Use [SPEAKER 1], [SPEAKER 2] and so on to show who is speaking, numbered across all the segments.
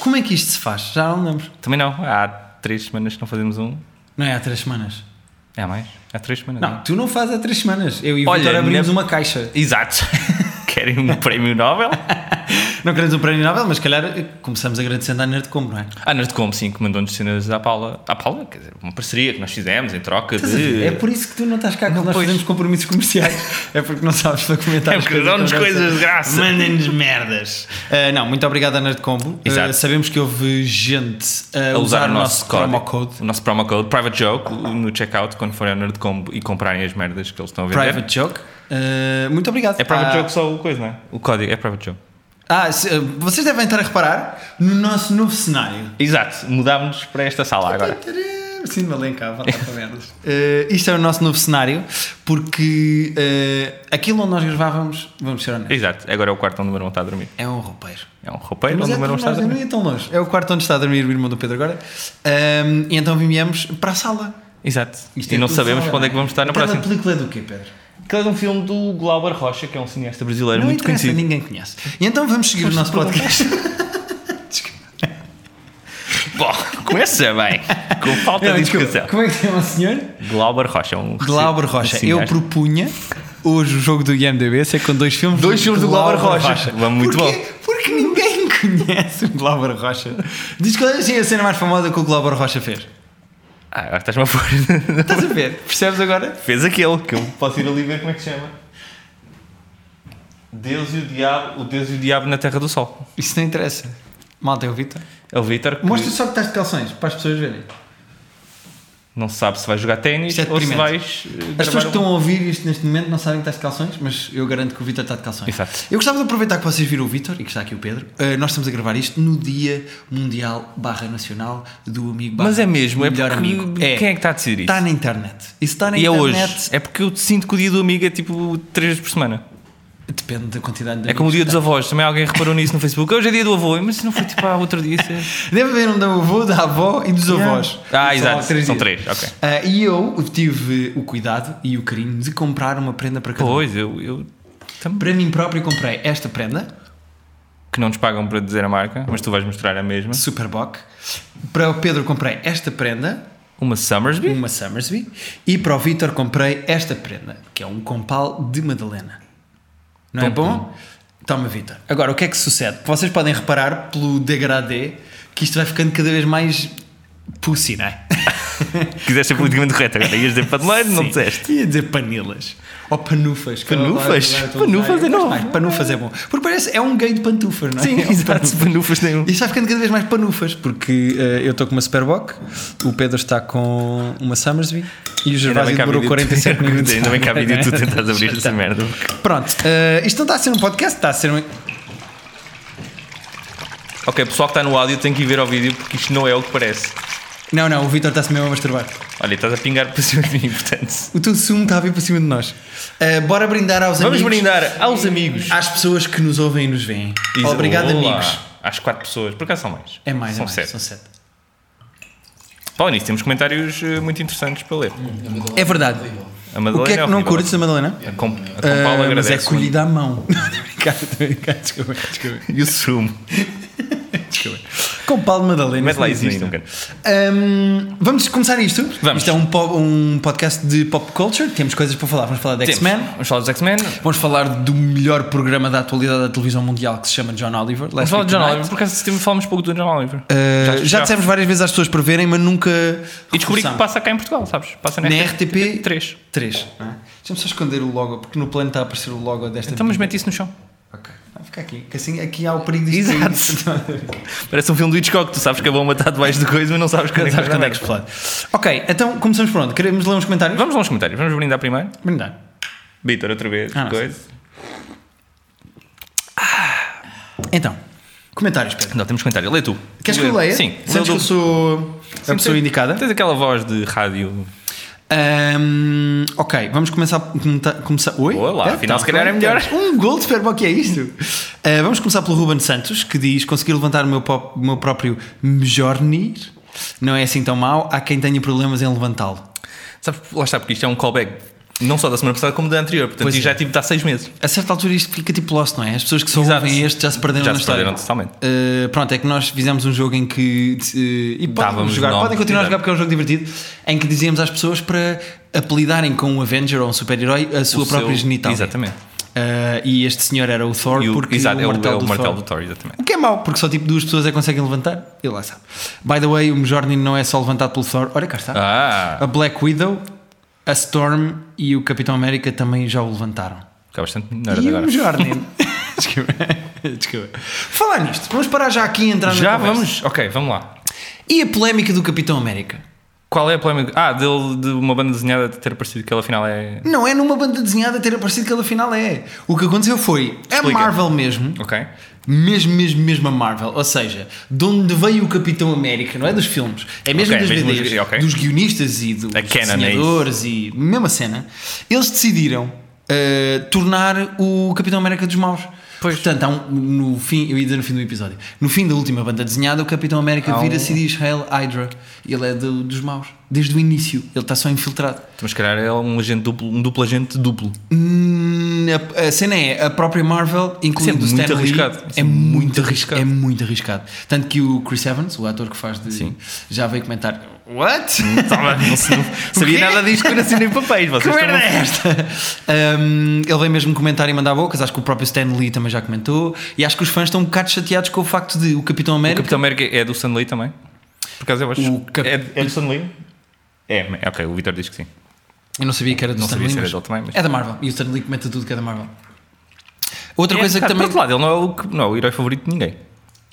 [SPEAKER 1] como é que isto se faz? Já não lembro.
[SPEAKER 2] Também não, há três semanas que não fazemos um.
[SPEAKER 1] Não é há três semanas.
[SPEAKER 2] É há mais? Há três semanas.
[SPEAKER 1] Não, tu não fazes há três semanas. Eu e o
[SPEAKER 2] Olha, é-
[SPEAKER 1] Vitor abrimos
[SPEAKER 2] na-
[SPEAKER 1] uma caixa.
[SPEAKER 2] Exato. Querem um prémio Nobel?
[SPEAKER 1] Não queremos um prémio Nobel, mas se calhar começamos agradecendo à Nerd Combo, não é?
[SPEAKER 2] A Nerd Como, Ah, sim, que mandou-nos cenas à Paula. À Paula, quer dizer, uma parceria que nós fizemos em troca
[SPEAKER 1] Estás a ver?
[SPEAKER 2] de.
[SPEAKER 1] É por isso que tu não estás cá quando nós
[SPEAKER 2] pois.
[SPEAKER 1] fazemos compromissos comerciais. É porque não sabes para comentar.
[SPEAKER 2] É
[SPEAKER 1] as
[SPEAKER 2] porque
[SPEAKER 1] coisas
[SPEAKER 2] dão-nos
[SPEAKER 1] da nossa-
[SPEAKER 2] coisas de graça.
[SPEAKER 1] Mandem-nos merdas. Ah, não, muito obrigado à Nerd Combo. Ah,
[SPEAKER 2] Exato.
[SPEAKER 1] sabemos que houve gente a,
[SPEAKER 2] a
[SPEAKER 1] usar, o nosso, promo code.
[SPEAKER 2] O nosso promo code Private Joke no checkout quando forem ao Nerd Combo e comprarem as merdas que eles estão a vender.
[SPEAKER 1] Private Joke. Ah, muito obrigado.
[SPEAKER 2] É
[SPEAKER 1] Ah,
[SPEAKER 2] Private Joke só o coisa, não é? O código é Private Joke.
[SPEAKER 1] Ah, se- ah, vocês devem estar a reparar no nosso novo cenário.
[SPEAKER 2] Exato, mudámos-nos para esta sala agora.
[SPEAKER 1] Sim, valeu cá, vá lá para merdas. Eh, isto é o nosso novo cenário, porque eh, aquilo onde nós gravávamos, vamos ser honestos,
[SPEAKER 2] Exato, agora é o quarto onde o meu irmão está a dormir.
[SPEAKER 1] é um roupeiro.
[SPEAKER 2] É um roupeiro
[SPEAKER 1] Mas
[SPEAKER 2] onde
[SPEAKER 1] é
[SPEAKER 2] o meu irmão
[SPEAKER 1] por
[SPEAKER 2] está a
[SPEAKER 1] nós, eu
[SPEAKER 2] dormir.
[SPEAKER 1] não ia tão longe. É o quarto onde está a dormir o irmão do Pedro agora. Ahm, e então viemos para a sala.
[SPEAKER 2] Exato,
[SPEAKER 1] Isto
[SPEAKER 2] e
[SPEAKER 1] é
[SPEAKER 2] não
[SPEAKER 1] tudo
[SPEAKER 2] sabemos
[SPEAKER 1] sala,
[SPEAKER 2] para onde é
[SPEAKER 1] não
[SPEAKER 2] que vamos estar na
[SPEAKER 1] Aquela
[SPEAKER 2] próxima.
[SPEAKER 1] película é do quê, Pedro?
[SPEAKER 2] Aquele é um filme do Glauber Rocha, que é um cineasta brasileiro
[SPEAKER 1] não
[SPEAKER 2] muito
[SPEAKER 1] interessa,
[SPEAKER 2] conhecido.
[SPEAKER 1] ninguém conhece. E então vamos seguir o nosso podcast.
[SPEAKER 2] Bom, começa bem, com falta de
[SPEAKER 1] Desculpa,
[SPEAKER 2] discussão.
[SPEAKER 1] Como é que se chama o senhor?
[SPEAKER 2] Glauber Rocha, um
[SPEAKER 1] Glauber Rocha. Eu
[SPEAKER 2] um cineasta.
[SPEAKER 1] propunha hoje o jogo do IMDB ser com dois filmes
[SPEAKER 2] Dois filmes do Glauber Rocha. Vamos, muito
[SPEAKER 1] Porquê? Porque ninguém conhece o Glauber Rocha. Diz que assim, a cena mais famosa que o Glauber Rocha fez.
[SPEAKER 2] Ah, agora estás-me a pôr.
[SPEAKER 1] Estás a ver? Percebes agora?
[SPEAKER 2] Fez aquele que eu posso ir ali ver como é que se chama. Deus e o Diabo, o Deus e o Diabo na Terra do Sol.
[SPEAKER 1] Isso não interessa. Malta, é o Vitor.
[SPEAKER 2] É o Vitor que
[SPEAKER 1] Mostra só que estás de calções para as pessoas verem.
[SPEAKER 2] não se sabe se vai jogar ténis
[SPEAKER 1] Isto é
[SPEAKER 2] ou se
[SPEAKER 1] deprimente.
[SPEAKER 2] vais. eh,
[SPEAKER 1] As
[SPEAKER 2] gravar
[SPEAKER 1] pessoas que estão a ouvir isto neste momento não sabem que estás de calções, mas eu garanto que o Vitor está de calções.
[SPEAKER 2] Exato.
[SPEAKER 1] Eu gostava de aproveitar que vocês viram o Vitor e que está aqui o Pedro. Eh, nós estamos a gravar isto no Dia Mundial Barra Nacional do Amigo
[SPEAKER 2] um-
[SPEAKER 1] Barra
[SPEAKER 2] Mas é mesmo, é
[SPEAKER 1] Melhor
[SPEAKER 2] porque
[SPEAKER 1] Amigo.
[SPEAKER 2] quem é que está a decidir isso?
[SPEAKER 1] Está na internet. Isso está na
[SPEAKER 2] e é
[SPEAKER 1] internet.
[SPEAKER 2] hoje. É porque eu sinto que o dia do amigo é tipo três vezes por semana.
[SPEAKER 1] Depende da quantidade de
[SPEAKER 2] É como o
[SPEAKER 1] amigos
[SPEAKER 2] dia
[SPEAKER 1] que
[SPEAKER 2] dos avós. Também alguém reparou nisso no Facebook. Hoje é dia do avô. Mas se não foi tipo há outro dia. isso é-
[SPEAKER 1] tem. Deve haver um da avô, da avó e dos
[SPEAKER 2] Yeah.
[SPEAKER 1] avós.
[SPEAKER 2] Ah,
[SPEAKER 1] São
[SPEAKER 2] exato.
[SPEAKER 1] logo três
[SPEAKER 2] São
[SPEAKER 1] dias.
[SPEAKER 2] três, ok.
[SPEAKER 1] Ah, e eu tive o cuidado e o carinho de comprar uma prenda para cada um.
[SPEAKER 2] Pois, eu, eu também.
[SPEAKER 1] Para mim próprio comprei esta prenda,
[SPEAKER 2] Que não nos pagam para dizer a marca, mas tu vais mostrar a mesma.
[SPEAKER 1] Superboc. Para o Pedro comprei esta prenda,
[SPEAKER 2] Uma Summersby.
[SPEAKER 1] uma Summersby. E para o Vitor comprei esta prenda, que é um compal de Madalena. Não é
[SPEAKER 2] Pum,
[SPEAKER 1] bom? Toma, Vitor. Agora, o que é que sucede? Vocês podem reparar pelo degradê que isto vai ficando cada vez mais pussy, não é?
[SPEAKER 2] Quiseste ser politicamente correto agora. Ias dizer paneleiro, não
[SPEAKER 1] Sim.
[SPEAKER 2] disseste.
[SPEAKER 1] Ia dizer panilas. Ou panufas. que
[SPEAKER 2] Panufas?
[SPEAKER 1] agora- agora estou a
[SPEAKER 2] Panufas
[SPEAKER 1] usar.
[SPEAKER 2] é
[SPEAKER 1] Eu gosto
[SPEAKER 2] novo.
[SPEAKER 1] mais. Panufas é bom. Porque parece, é um gay de pantufas, não é?
[SPEAKER 2] Sim,
[SPEAKER 1] É um
[SPEAKER 2] exato. Panufas nenhum.
[SPEAKER 1] Isto vai ficando cada vez mais panufas, porque eh, eu estou com uma Superboc, o Pedro está com uma Summersby e o
[SPEAKER 2] Ainda bem
[SPEAKER 1] Gervásio
[SPEAKER 2] que há
[SPEAKER 1] demorou
[SPEAKER 2] vídeo-
[SPEAKER 1] 47 minutos.
[SPEAKER 2] Ainda bem que há vídeo tu tentas abrir
[SPEAKER 1] Já
[SPEAKER 2] essa
[SPEAKER 1] está.
[SPEAKER 2] merda.
[SPEAKER 1] Pronto, eh, isto não está a ser um podcast, está a ser um.
[SPEAKER 2] Ok, pessoal que está no áudio tem que ir ver ao vídeo porque isto não é o que parece.
[SPEAKER 1] Não, não, o Vitor está-se mesmo a masturbar.
[SPEAKER 2] Olha, estás a pingar para cima de mim, portanto.
[SPEAKER 1] O teu sumo está a vir para cima de nós. Eh, bora brindar aos
[SPEAKER 2] Vamos
[SPEAKER 1] amigos.
[SPEAKER 2] brindar aos amigos.
[SPEAKER 1] Às pessoas que nos ouvem e nos veem.
[SPEAKER 2] Isa-
[SPEAKER 1] Obrigado,
[SPEAKER 2] Olá.
[SPEAKER 1] amigos.
[SPEAKER 2] Às quatro pessoas. Por acaso são mais?
[SPEAKER 1] É mais,
[SPEAKER 2] são
[SPEAKER 1] é mais.
[SPEAKER 2] sete.
[SPEAKER 1] São sete.
[SPEAKER 2] Fala nisso, temos comentários eh, muito interessantes para ler.
[SPEAKER 1] É verdade.
[SPEAKER 2] A
[SPEAKER 1] O
[SPEAKER 2] Madalena
[SPEAKER 1] que é que não
[SPEAKER 2] horrível.
[SPEAKER 1] curtes da Madalena?
[SPEAKER 2] A comp- a
[SPEAKER 1] Eh,
[SPEAKER 2] Compal
[SPEAKER 1] mas
[SPEAKER 2] agradece
[SPEAKER 1] é colhida à mão. Estou a brincar, estou a brincar, desculpa, desculpa.
[SPEAKER 2] muito. E o sumo.
[SPEAKER 1] Com Paulo Madalena.
[SPEAKER 2] Mete lá
[SPEAKER 1] isso não
[SPEAKER 2] existe um
[SPEAKER 1] existe.
[SPEAKER 2] bocado.
[SPEAKER 1] Hum, vamos começar isto.
[SPEAKER 2] Vamos.
[SPEAKER 1] Isto é um, po- um podcast de pop culture. Temos coisas para falar. Vamos falar de
[SPEAKER 2] Temos.
[SPEAKER 1] X-Men.
[SPEAKER 2] Vamos falar dos X-Men.
[SPEAKER 1] Vamos falar do melhor programa da atualidade da televisão mundial que se chama John Oliver.
[SPEAKER 2] Vamos falar de John Oliver. Por acaso temos- falamos pouco do John Oliver.
[SPEAKER 1] Eh, Uh, já, dissemos várias vezes às pessoas para verem, mas nunca.
[SPEAKER 2] E descobri que
[SPEAKER 1] reforçamos.
[SPEAKER 2] passa cá em Portugal, sabes? Passa né? na
[SPEAKER 1] Na
[SPEAKER 2] RTP
[SPEAKER 1] RTP
[SPEAKER 2] 3.
[SPEAKER 1] Três. não é? Deixa-me só esconder o logo, porque no plano está a aparecer o logo desta.
[SPEAKER 2] Então, mas mete isso no chão.
[SPEAKER 1] Ok. Vai ficar aqui. Que assim aqui há o perigo disto.
[SPEAKER 2] Exato. Parece um filme do Hitchcock, tu sabes que é bom matar debaixo de coisa, mas não sabes quando é que
[SPEAKER 1] Sabes
[SPEAKER 2] vai
[SPEAKER 1] quando
[SPEAKER 2] dar
[SPEAKER 1] é que explode. Ok, então começamos por onde? Queremos ler uns
[SPEAKER 2] merda.
[SPEAKER 1] comentários?
[SPEAKER 2] Vamos lá aos comentários, vamos brindar primeiro.
[SPEAKER 1] Brindar.
[SPEAKER 2] Vitor, outra vez,
[SPEAKER 1] Ah, não
[SPEAKER 2] coisa.
[SPEAKER 1] Então, comentários, Pedro.
[SPEAKER 2] Não, temos comentário, lê tu.
[SPEAKER 1] Queres que eu leia?
[SPEAKER 2] Sim, lê
[SPEAKER 1] Sentes que eu
[SPEAKER 2] tu.
[SPEAKER 1] sou a
[SPEAKER 2] Sim,
[SPEAKER 1] pessoa
[SPEAKER 2] tens-
[SPEAKER 1] indicada?
[SPEAKER 2] Tens aquela voz de rádio.
[SPEAKER 1] Ahm, ok, vamos começar. comenta- começar oi?
[SPEAKER 2] Olá, afinal,
[SPEAKER 1] tá,
[SPEAKER 2] se calhar é melhor.
[SPEAKER 1] Um gol de Superbock é isto. Ah, vamos começar pelo Ruben Santos, que diz: Consegui levantar o meu, pop- o meu próprio Mjornir. Não é assim tão mau. Há quem tenha problemas em levantá-lo.
[SPEAKER 2] Sabes, lá está, porque isto é um callback Não só da semana passada, como da anterior. Portanto,
[SPEAKER 1] Pois
[SPEAKER 2] e
[SPEAKER 1] é.
[SPEAKER 2] já tive de há seis meses.
[SPEAKER 1] A certa altura isto fica tipo lost, não é? As pessoas que só
[SPEAKER 2] Exato.
[SPEAKER 1] ouvem este já se perderam
[SPEAKER 2] Já
[SPEAKER 1] na
[SPEAKER 2] se
[SPEAKER 1] história.
[SPEAKER 2] perderam totalmente.
[SPEAKER 1] Uh, pronto, é que nós fizemos um jogo em que. uh, e podem
[SPEAKER 2] Dávamos
[SPEAKER 1] jogar,
[SPEAKER 2] nomes,
[SPEAKER 1] podem continuar a
[SPEAKER 2] exato.
[SPEAKER 1] jogar porque é um jogo divertido. Em que dizíamos às pessoas para apelidarem com um Avenger ou um super-herói a sua
[SPEAKER 2] O
[SPEAKER 1] própria
[SPEAKER 2] seu-
[SPEAKER 1] genital. Eh,
[SPEAKER 2] Exatamente.
[SPEAKER 1] e este senhor era o Thor
[SPEAKER 2] E o-
[SPEAKER 1] porque
[SPEAKER 2] exato, é
[SPEAKER 1] o
[SPEAKER 2] o,
[SPEAKER 1] martelo,
[SPEAKER 2] é o
[SPEAKER 1] do,
[SPEAKER 2] martelo
[SPEAKER 1] Thor.
[SPEAKER 2] do Thor, exatamente.
[SPEAKER 1] O que é mau, porque só tipo duas pessoas é que conseguem levantar. E lá sabe. By the way, o Mjornin não é só levantado pelo Thor. Olha cá está.
[SPEAKER 2] Ah,
[SPEAKER 1] A Black Widow, a Storm e o Capitão América também já o levantaram.
[SPEAKER 2] fica bastante melhor
[SPEAKER 1] e
[SPEAKER 2] agora.
[SPEAKER 1] o Jordan. desculpa. desculpa. Falar nisto, vamos parar já aqui e entrar na
[SPEAKER 2] Já
[SPEAKER 1] conversa.
[SPEAKER 2] vamos? Ok, vamos lá.
[SPEAKER 1] E a polémica do Capitão América?
[SPEAKER 2] Qual é a polémica? Ah, dele, de uma banda desenhada ter parecido que ela afinal é.
[SPEAKER 1] Não é numa banda desenhada ter aparecido que ela afinal é. O que aconteceu foi a
[SPEAKER 2] Explica.
[SPEAKER 1] Marvel mesmo.
[SPEAKER 2] Ok.
[SPEAKER 1] Mesmo, mesmo, mesmo a Marvel, ou seja, de onde veio o Capitão América, não é dos filmes, é mesmo
[SPEAKER 2] Ok,
[SPEAKER 1] das
[SPEAKER 2] mesmo
[SPEAKER 1] BDs,
[SPEAKER 2] dos- ok.
[SPEAKER 1] dos guionistas e dos
[SPEAKER 2] A canon, é isso.
[SPEAKER 1] desenhadores e mesma cena, eles decidiram uh, tornar o Capitão América dos maus.
[SPEAKER 2] Pois.
[SPEAKER 1] Portanto, há um- no fim, eu ia dizer no fim do episódio, no fim da última banda desenhada, o Capitão América
[SPEAKER 2] Há um-
[SPEAKER 1] vira-se e diz Hail Hydra, ele é do- dos maus, desde o início, ele está só infiltrado.
[SPEAKER 2] Mas se calhar é um agente duplo, um duplo agente duplo.
[SPEAKER 1] Hum, a, a cena é a própria Marvel, incluindo o
[SPEAKER 2] Isso é
[SPEAKER 1] Stan
[SPEAKER 2] muito
[SPEAKER 1] Lee,
[SPEAKER 2] arriscado. Isso
[SPEAKER 1] É
[SPEAKER 2] é
[SPEAKER 1] muito
[SPEAKER 2] muito
[SPEAKER 1] arriscado.
[SPEAKER 2] arriscado.
[SPEAKER 1] É muito arriscado. Tanto que o Chris Evans, o ator que faz de. Já veio comentar. What?
[SPEAKER 2] Hum, Tava- não se- não
[SPEAKER 1] O quê?
[SPEAKER 2] sabia nada disto quando assinei papéis.
[SPEAKER 1] Que
[SPEAKER 2] Vocês
[SPEAKER 1] merda
[SPEAKER 2] estão...
[SPEAKER 1] é esta? Hum, ele veio mesmo comentar e mandar bocas. Acho que o próprio Stan Lee também já comentou. E acho que os fãs estão um bocado chateados com o facto de o Capitão
[SPEAKER 2] O
[SPEAKER 1] América.
[SPEAKER 2] Capitão América é do Stan Lee também? Por acaso eu acho.
[SPEAKER 1] O cap-
[SPEAKER 2] É, é do Stan Lee? É, ok, o Vitor diz que sim.
[SPEAKER 1] Eu não sabia que era do
[SPEAKER 2] Não
[SPEAKER 1] Stan
[SPEAKER 2] sabia
[SPEAKER 1] Lee.
[SPEAKER 2] se era
[SPEAKER 1] mas
[SPEAKER 2] dele também, mas-
[SPEAKER 1] É da Marvel. E o Stan Lee comenta tudo que é da Marvel. Outra
[SPEAKER 2] É,
[SPEAKER 1] coisa que
[SPEAKER 2] cara,
[SPEAKER 1] também.
[SPEAKER 2] Por outro lado, ele não é o, que- não é o herói favorito de ninguém.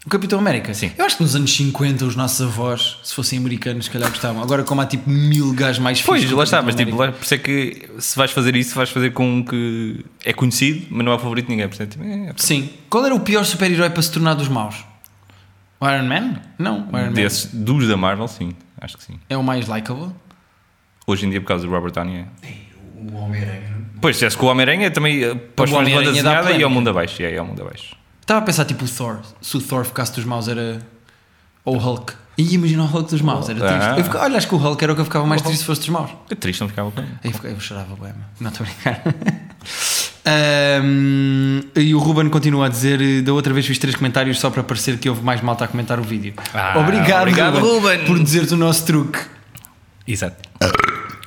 [SPEAKER 1] O Capitão América?
[SPEAKER 2] Sim.
[SPEAKER 1] Eu acho que nos anos 50 os nossos avós, se fossem americanos, se calhar gostavam. Agora, como há tipo mil gajos mais
[SPEAKER 2] Pois,
[SPEAKER 1] fixos que o
[SPEAKER 2] lá está, mas
[SPEAKER 1] Capitão
[SPEAKER 2] tipo, lá, por isso é que se vais fazer isso, vais fazer com um que é conhecido, mas não é o favorito de ninguém. Portanto, é,
[SPEAKER 1] América. Sim. Qual era o pior super-herói para se tornar dos maus? O Iron Man? Não, o Iron Man
[SPEAKER 2] desses, dos da Marvel, sim, acho que sim.
[SPEAKER 1] é o mais likable.
[SPEAKER 2] Hoje em dia, por causa do Robert Downey. é.
[SPEAKER 3] O Homem-Aranha.
[SPEAKER 2] Pois, se és que o Homem-Aranha também eh, para os
[SPEAKER 1] O
[SPEAKER 2] fãs de banda
[SPEAKER 1] Homem-Aranha dá
[SPEAKER 2] desenhada e
[SPEAKER 1] polémica.
[SPEAKER 2] ao mundo abaixo. E aí, ao mundo abaixo.
[SPEAKER 1] Estava a pensar tipo o Thor. Se o Thor ficasse dos maus era. Ou o Hulk. E imagina o Hulk dos maus, era triste.
[SPEAKER 2] Ah.
[SPEAKER 1] Eu fica- Olha, acho que o Hulk era o que eu ficava mais triste se fosse dos maus.
[SPEAKER 2] É triste, não ficava bem.
[SPEAKER 1] Aí fica- eu chorava bem, não estou a brincar. Ahm, e o Ruben continua a dizer: eh, da outra vez fiz três comentários só para parecer que houve mais malta a comentar o vídeo.
[SPEAKER 2] Ah,
[SPEAKER 1] obrigado,
[SPEAKER 2] obrigado,
[SPEAKER 1] Ruben,
[SPEAKER 2] Ruben.
[SPEAKER 1] por dizeres o nosso truque.
[SPEAKER 2] Exato.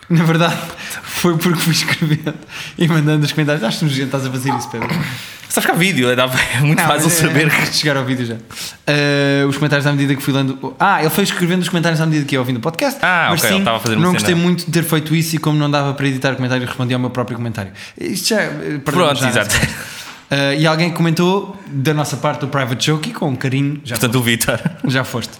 [SPEAKER 1] Na verdade, foi porque fui escrevendo e mandando os comentários. Acho nojento, estás a fazer isso, Pedro.
[SPEAKER 2] Sabes que há vídeo, é, dá- é muito
[SPEAKER 1] Não,
[SPEAKER 2] fácil
[SPEAKER 1] mas é-
[SPEAKER 2] saber que.
[SPEAKER 1] é de chegar ao vídeo já. Ah, os comentários à medida que fui lendo. Ah, ele foi escrevendo os comentários à medida que ia ouvindo o podcast.
[SPEAKER 2] Ah,
[SPEAKER 1] mas
[SPEAKER 2] ok,
[SPEAKER 1] sim,
[SPEAKER 2] ele estava a fazer uma
[SPEAKER 1] Não
[SPEAKER 2] cena.
[SPEAKER 1] gostei muito de ter feito isso e como não dava para editar comentários, respondi ao meu próprio comentário. Isto já. eh, perdemos
[SPEAKER 2] Pronto,
[SPEAKER 1] já nessa
[SPEAKER 2] exato.
[SPEAKER 1] parte. Ah, e alguém comentou da nossa parte do Private Joke e com um carinho. Já,
[SPEAKER 2] Portanto, o Vitor.
[SPEAKER 1] já foste.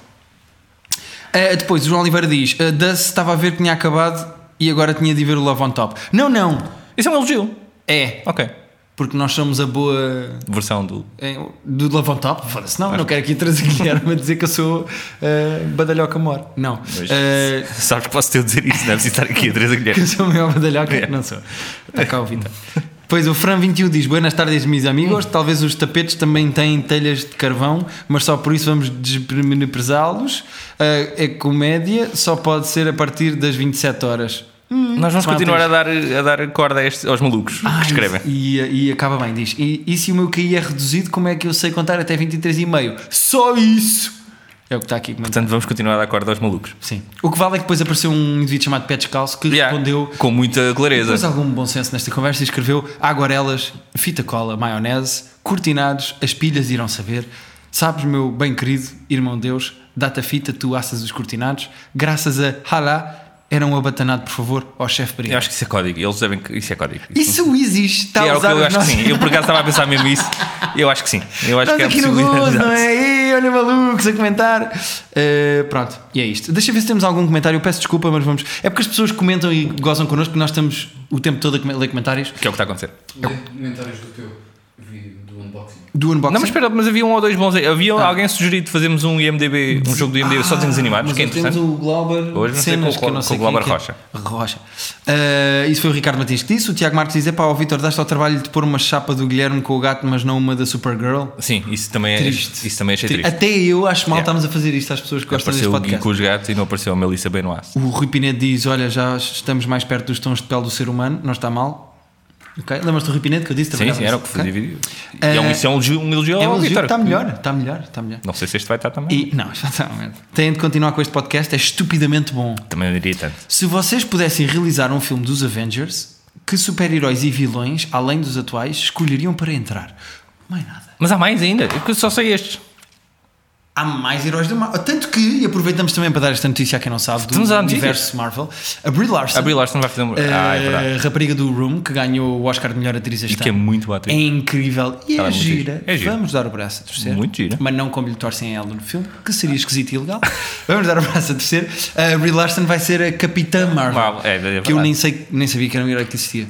[SPEAKER 1] Ah, depois, o João Oliveira diz: a Dust estava a ver que tinha acabado e agora tinha de ver o Love on Top. Não, não.
[SPEAKER 2] Isso é um elogio.
[SPEAKER 1] É,
[SPEAKER 2] Ok.
[SPEAKER 1] porque nós somos a boa.
[SPEAKER 2] Versão do.
[SPEAKER 1] É, do Love on Top? Foda-se, não, não quero aqui trazer Guilherme a dizer que eu sou uh, badalhoca mor. Não.
[SPEAKER 2] Mas-
[SPEAKER 1] Eh,
[SPEAKER 2] Sabes que posso ter de dizer isso, não é preciso estar aqui a Teresa
[SPEAKER 1] que eu
[SPEAKER 2] Guilherme.
[SPEAKER 1] sou o maior badalhoca? Não sou. Está cá o Vitor. Pois o Fran21 diz: Buenas tardes, meus amigos. Talvez os tapetes também têm telhas de carvão, mas só por isso vamos despremeneprezá-los. Eh, é comédia, só pode ser a partir das 27 horas. Hum,
[SPEAKER 2] Nós vamos
[SPEAKER 1] smileys.
[SPEAKER 2] continuar a dar, a dar corda a estes- aos malucos
[SPEAKER 1] Ah,
[SPEAKER 2] que escrevem.
[SPEAKER 1] E, e acaba bem, diz. E, e se o meu QI é reduzido, como é que eu sei contar até 23,5? Só isso! É o que está aqui comentado.
[SPEAKER 2] Portanto, vamos continuar a dar corda aos malucos.
[SPEAKER 1] Sim. O que vale é que depois apareceu um indivíduo chamado Pé Descalço que
[SPEAKER 2] Yeah,
[SPEAKER 1] respondeu.
[SPEAKER 2] Com muita
[SPEAKER 1] Depois
[SPEAKER 2] clareza.
[SPEAKER 1] algum bom senso nesta conversa e escreveu aguarelas, fita cola, maionese, cortinados, as pilhas irão saber. Sabes, meu bem querido, irmão Deus, data fita, tu assas os cortinados. Graças a Halá, era um abatanado, por favor, ao chefe
[SPEAKER 2] Eu
[SPEAKER 1] Brito.
[SPEAKER 2] acho que isso é código. Eles devem. que- Isso é código.
[SPEAKER 1] Isso tá existe, está
[SPEAKER 2] é
[SPEAKER 1] a
[SPEAKER 2] o que
[SPEAKER 1] usar
[SPEAKER 2] eu
[SPEAKER 1] os
[SPEAKER 2] acho que
[SPEAKER 1] nossos-
[SPEAKER 2] sim. Eu por acaso estava a pensar mesmo isso. Eu acho que sim. Eu acho
[SPEAKER 1] Nós
[SPEAKER 2] que é
[SPEAKER 1] aqui no Gozo, não
[SPEAKER 2] possível.
[SPEAKER 1] é? Ei, olha malucos a comentar. Uh, pronto, e é isto. Deixa eu ver se temos algum comentário. Eu peço desculpa, mas vamos. É porque as pessoas comentam e gozam connosco que nós estamos o tempo todo a come- ler comentários.
[SPEAKER 2] Que é o que está a acontecer.
[SPEAKER 3] Lê comentários do teu vídeo do unboxing.
[SPEAKER 1] Do unboxing.
[SPEAKER 2] Não, mas espera, mas havia um ou dois bons aí. Havia
[SPEAKER 1] Ah.
[SPEAKER 2] alguém sugerido fazermos um IMDB, um jogo do IMDB só de desenhos animados,
[SPEAKER 1] Mas
[SPEAKER 2] que é
[SPEAKER 1] hoje temos
[SPEAKER 2] interessante.
[SPEAKER 1] o Glauber
[SPEAKER 2] Hoje não sei
[SPEAKER 1] cenas
[SPEAKER 2] com o
[SPEAKER 1] que eu
[SPEAKER 2] Glo-
[SPEAKER 1] não sei
[SPEAKER 2] com o
[SPEAKER 1] quem é
[SPEAKER 2] Glauber
[SPEAKER 1] que é. Rocha. Ah, isso foi o Ricardo Martins que disse. O Tiago Marques diz: é pá, o Vitor, dás-te ao trabalho de pôr uma chapa do Guilherme com o gato, mas não uma da Supergirl.
[SPEAKER 2] Sim, isso também, é,
[SPEAKER 1] um Triste.
[SPEAKER 2] isso também achei
[SPEAKER 1] Tri-
[SPEAKER 2] triste.
[SPEAKER 1] Até eu acho mal
[SPEAKER 2] Yeah.
[SPEAKER 1] estamos a fazer isto às pessoas que gostam deste
[SPEAKER 2] Apareceu o Gui
[SPEAKER 1] podcast.
[SPEAKER 2] com os gatos e não apareceu a Melissa Benoist.
[SPEAKER 1] O Rui Pinedo diz: Olha, já estamos mais perto dos tons de pele do ser humano, não está mal. Ok? Lembras-te do Rui Pinedo que eu disse também?
[SPEAKER 2] Sim,
[SPEAKER 1] já
[SPEAKER 2] sim, era o que
[SPEAKER 1] disse,
[SPEAKER 2] fazia
[SPEAKER 1] ok?
[SPEAKER 2] vídeo. E é um,
[SPEAKER 1] Eh,
[SPEAKER 2] isso é um elogio, um elogio
[SPEAKER 1] É
[SPEAKER 2] ao
[SPEAKER 1] um elogio,
[SPEAKER 2] Vitor.
[SPEAKER 1] está melhor, está melhor, está melhor.
[SPEAKER 2] Não sei se este vai estar também.
[SPEAKER 1] E, não, exatamente. Têm de continuar com este podcast, é estupidamente bom.
[SPEAKER 2] Também é não diria tanto.
[SPEAKER 1] Se vocês pudessem realizar um filme dos Avengers, que super-heróis e vilões, além dos atuais, escolheriam para entrar? Mais nada.
[SPEAKER 2] Mas há mais ainda, eu só sei estes.
[SPEAKER 1] Há mais heróis do Marvel. Tanto que, e aproveitamos também para dar esta notícia a quem não sabe, do
[SPEAKER 2] Estamos a dar notícias?
[SPEAKER 1] universo Marvel, a Brie Larson,
[SPEAKER 2] A Brie Larson vai fazer um... Ah, é verdade.
[SPEAKER 1] a Eh, rapariga do Room, que ganhou o Oscar de melhor atriz
[SPEAKER 2] E
[SPEAKER 1] este
[SPEAKER 2] que é
[SPEAKER 1] ano.
[SPEAKER 2] muito boa
[SPEAKER 1] É
[SPEAKER 2] atriz.
[SPEAKER 1] incrível e é
[SPEAKER 2] Ela é muito
[SPEAKER 1] gira.
[SPEAKER 2] gira. É gira.
[SPEAKER 1] Vamos dar o braço a torcer.
[SPEAKER 2] Muito gira. Ah.
[SPEAKER 1] Mas não como lhe torcem a ela no filme, que seria esquisito e ilegal. Vamos dar o braço a torcer. A Brie Larson vai ser a Capitã Marvel.
[SPEAKER 2] Marvel, é, é
[SPEAKER 1] que eu
[SPEAKER 2] verdade.
[SPEAKER 1] nem, sei, nem sabia que era um herói que existia.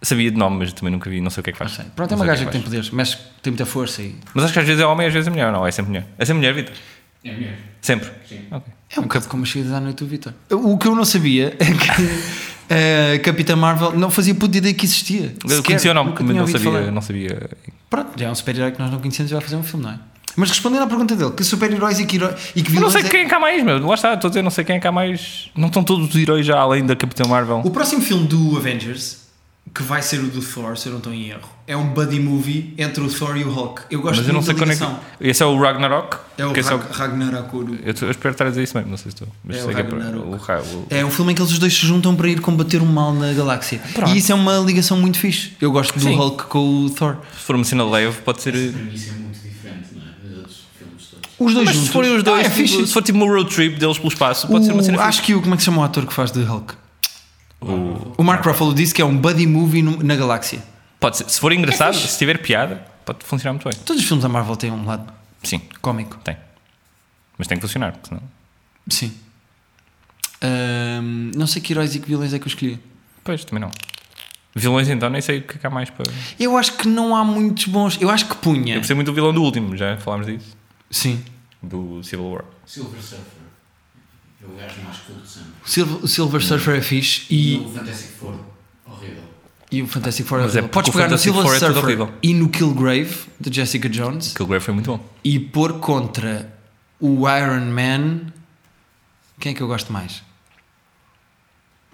[SPEAKER 2] Sabia de nome, mas também nunca vi, não sei o que é que faz.
[SPEAKER 1] Sei. Pronto, é
[SPEAKER 2] Não
[SPEAKER 1] uma gaja
[SPEAKER 2] sei o
[SPEAKER 1] que
[SPEAKER 2] é
[SPEAKER 1] tem
[SPEAKER 2] faz.
[SPEAKER 1] poderes, mas tem muita força e.
[SPEAKER 2] Mas acho que às vezes é homem e às vezes é mulher, não? É sempre mulher. É sempre mulher, Vitor?
[SPEAKER 3] É melhor.
[SPEAKER 2] Sempre?
[SPEAKER 3] Sim.
[SPEAKER 2] Ok.
[SPEAKER 1] É um bocado como as saídas à noite do Vitor. O que eu não sabia é que
[SPEAKER 2] é
[SPEAKER 1] a Capitã Marvel não fazia puta ideia que existia.
[SPEAKER 2] Eu
[SPEAKER 1] Sequer,
[SPEAKER 2] conhecia o nome,
[SPEAKER 1] nunca
[SPEAKER 2] mas
[SPEAKER 1] tinha
[SPEAKER 2] não
[SPEAKER 1] ouvido
[SPEAKER 2] sabia,
[SPEAKER 1] falar.
[SPEAKER 2] não sabia.
[SPEAKER 1] Pronto, já é um super-herói que nós não conhecemos e vai fazer um filme, não é? Mas respondendo à pergunta dele, que super-heróis e que, heró- e que
[SPEAKER 2] Eu não
[SPEAKER 1] vilões
[SPEAKER 2] sei
[SPEAKER 1] é-
[SPEAKER 2] quem é que há mais, meu. Lá está, estou a dizer, não sei quem é que há mais. Não estão todos os heróis já além da Capitã Marvel.
[SPEAKER 1] O próximo filme do Avengers, que vai ser o do Thor, se eu não estou em erro, é um buddy movie entre o Thor e o Hulk. Eu gosto
[SPEAKER 2] Mas eu não
[SPEAKER 1] muito
[SPEAKER 2] sei
[SPEAKER 1] da
[SPEAKER 2] quando é
[SPEAKER 1] ligação.
[SPEAKER 2] que. Esse é o Ragnarok?
[SPEAKER 1] É o
[SPEAKER 2] Que esse
[SPEAKER 1] Rag Ragnarok. Ouro.
[SPEAKER 2] Eu, tô- eu espero estar a dizer isso mesmo, não sei se estou. Mas
[SPEAKER 1] É
[SPEAKER 2] sei
[SPEAKER 1] o
[SPEAKER 2] que é para-
[SPEAKER 1] Ragnarok.
[SPEAKER 2] o Ra- o-
[SPEAKER 1] É um filme em que eles os dois se juntam para ir combater o mal na galáxia.
[SPEAKER 2] Pronto.
[SPEAKER 1] E isso é uma ligação muito fixe. Eu gosto do
[SPEAKER 2] Sim.
[SPEAKER 1] Hulk com o Thor.
[SPEAKER 2] Se for uma cena leve, pode ser.
[SPEAKER 3] Essa premissa é muito diferente, não é? Dos outros filmes todos.
[SPEAKER 1] Os dois
[SPEAKER 2] Mas
[SPEAKER 1] juntos.
[SPEAKER 2] se forem os dois,
[SPEAKER 1] Ah, é
[SPEAKER 2] tipo,
[SPEAKER 1] fixe.
[SPEAKER 2] se for tipo uma road trip deles pelo espaço, pode ser uma
[SPEAKER 1] O-
[SPEAKER 2] cena
[SPEAKER 1] Acho
[SPEAKER 2] fixe.
[SPEAKER 1] que o, como é que se chama o ator que faz de Hulk?
[SPEAKER 2] O-
[SPEAKER 1] O Mark Ruffalo disse que é um buddy movie no- na galáxia.
[SPEAKER 2] Pode ser. Se for engraçado, se tiver piada, pode funcionar muito bem.
[SPEAKER 1] Todos os filmes da Marvel têm um lado
[SPEAKER 2] Sim,
[SPEAKER 1] cómico.
[SPEAKER 2] tem. Mas tem que funcionar, porque senão.
[SPEAKER 1] Sim. Ahm, não sei que heróis e que vilões é que eu escolhi.
[SPEAKER 2] Pois, também não. Vilões então, nem sei o que é que há mais para.
[SPEAKER 1] Eu acho que não há muitos bons. Eu acho que punha.
[SPEAKER 2] Eu gostei muito do vilão do último, já falámos disso.
[SPEAKER 1] Sim.
[SPEAKER 2] Do Civil War.
[SPEAKER 3] Silver Surfer. É o gajo mais culto de sempre.
[SPEAKER 1] O Silver, o Silver Surfer é fixe e,
[SPEAKER 3] o Fantastic Four. Horrível.
[SPEAKER 1] e o Fantastic Four é
[SPEAKER 2] Mas é
[SPEAKER 1] horrível. Podes
[SPEAKER 2] porque o
[SPEAKER 1] pegar no
[SPEAKER 2] Fantastic
[SPEAKER 1] Silver
[SPEAKER 2] Four é tudo
[SPEAKER 1] Surfer
[SPEAKER 2] horrível.
[SPEAKER 1] e no Killgrave de Jessica Jones
[SPEAKER 2] Aquele Grey foi muito bom.
[SPEAKER 1] e pôr contra o Iron Man. Quem é que eu gosto mais?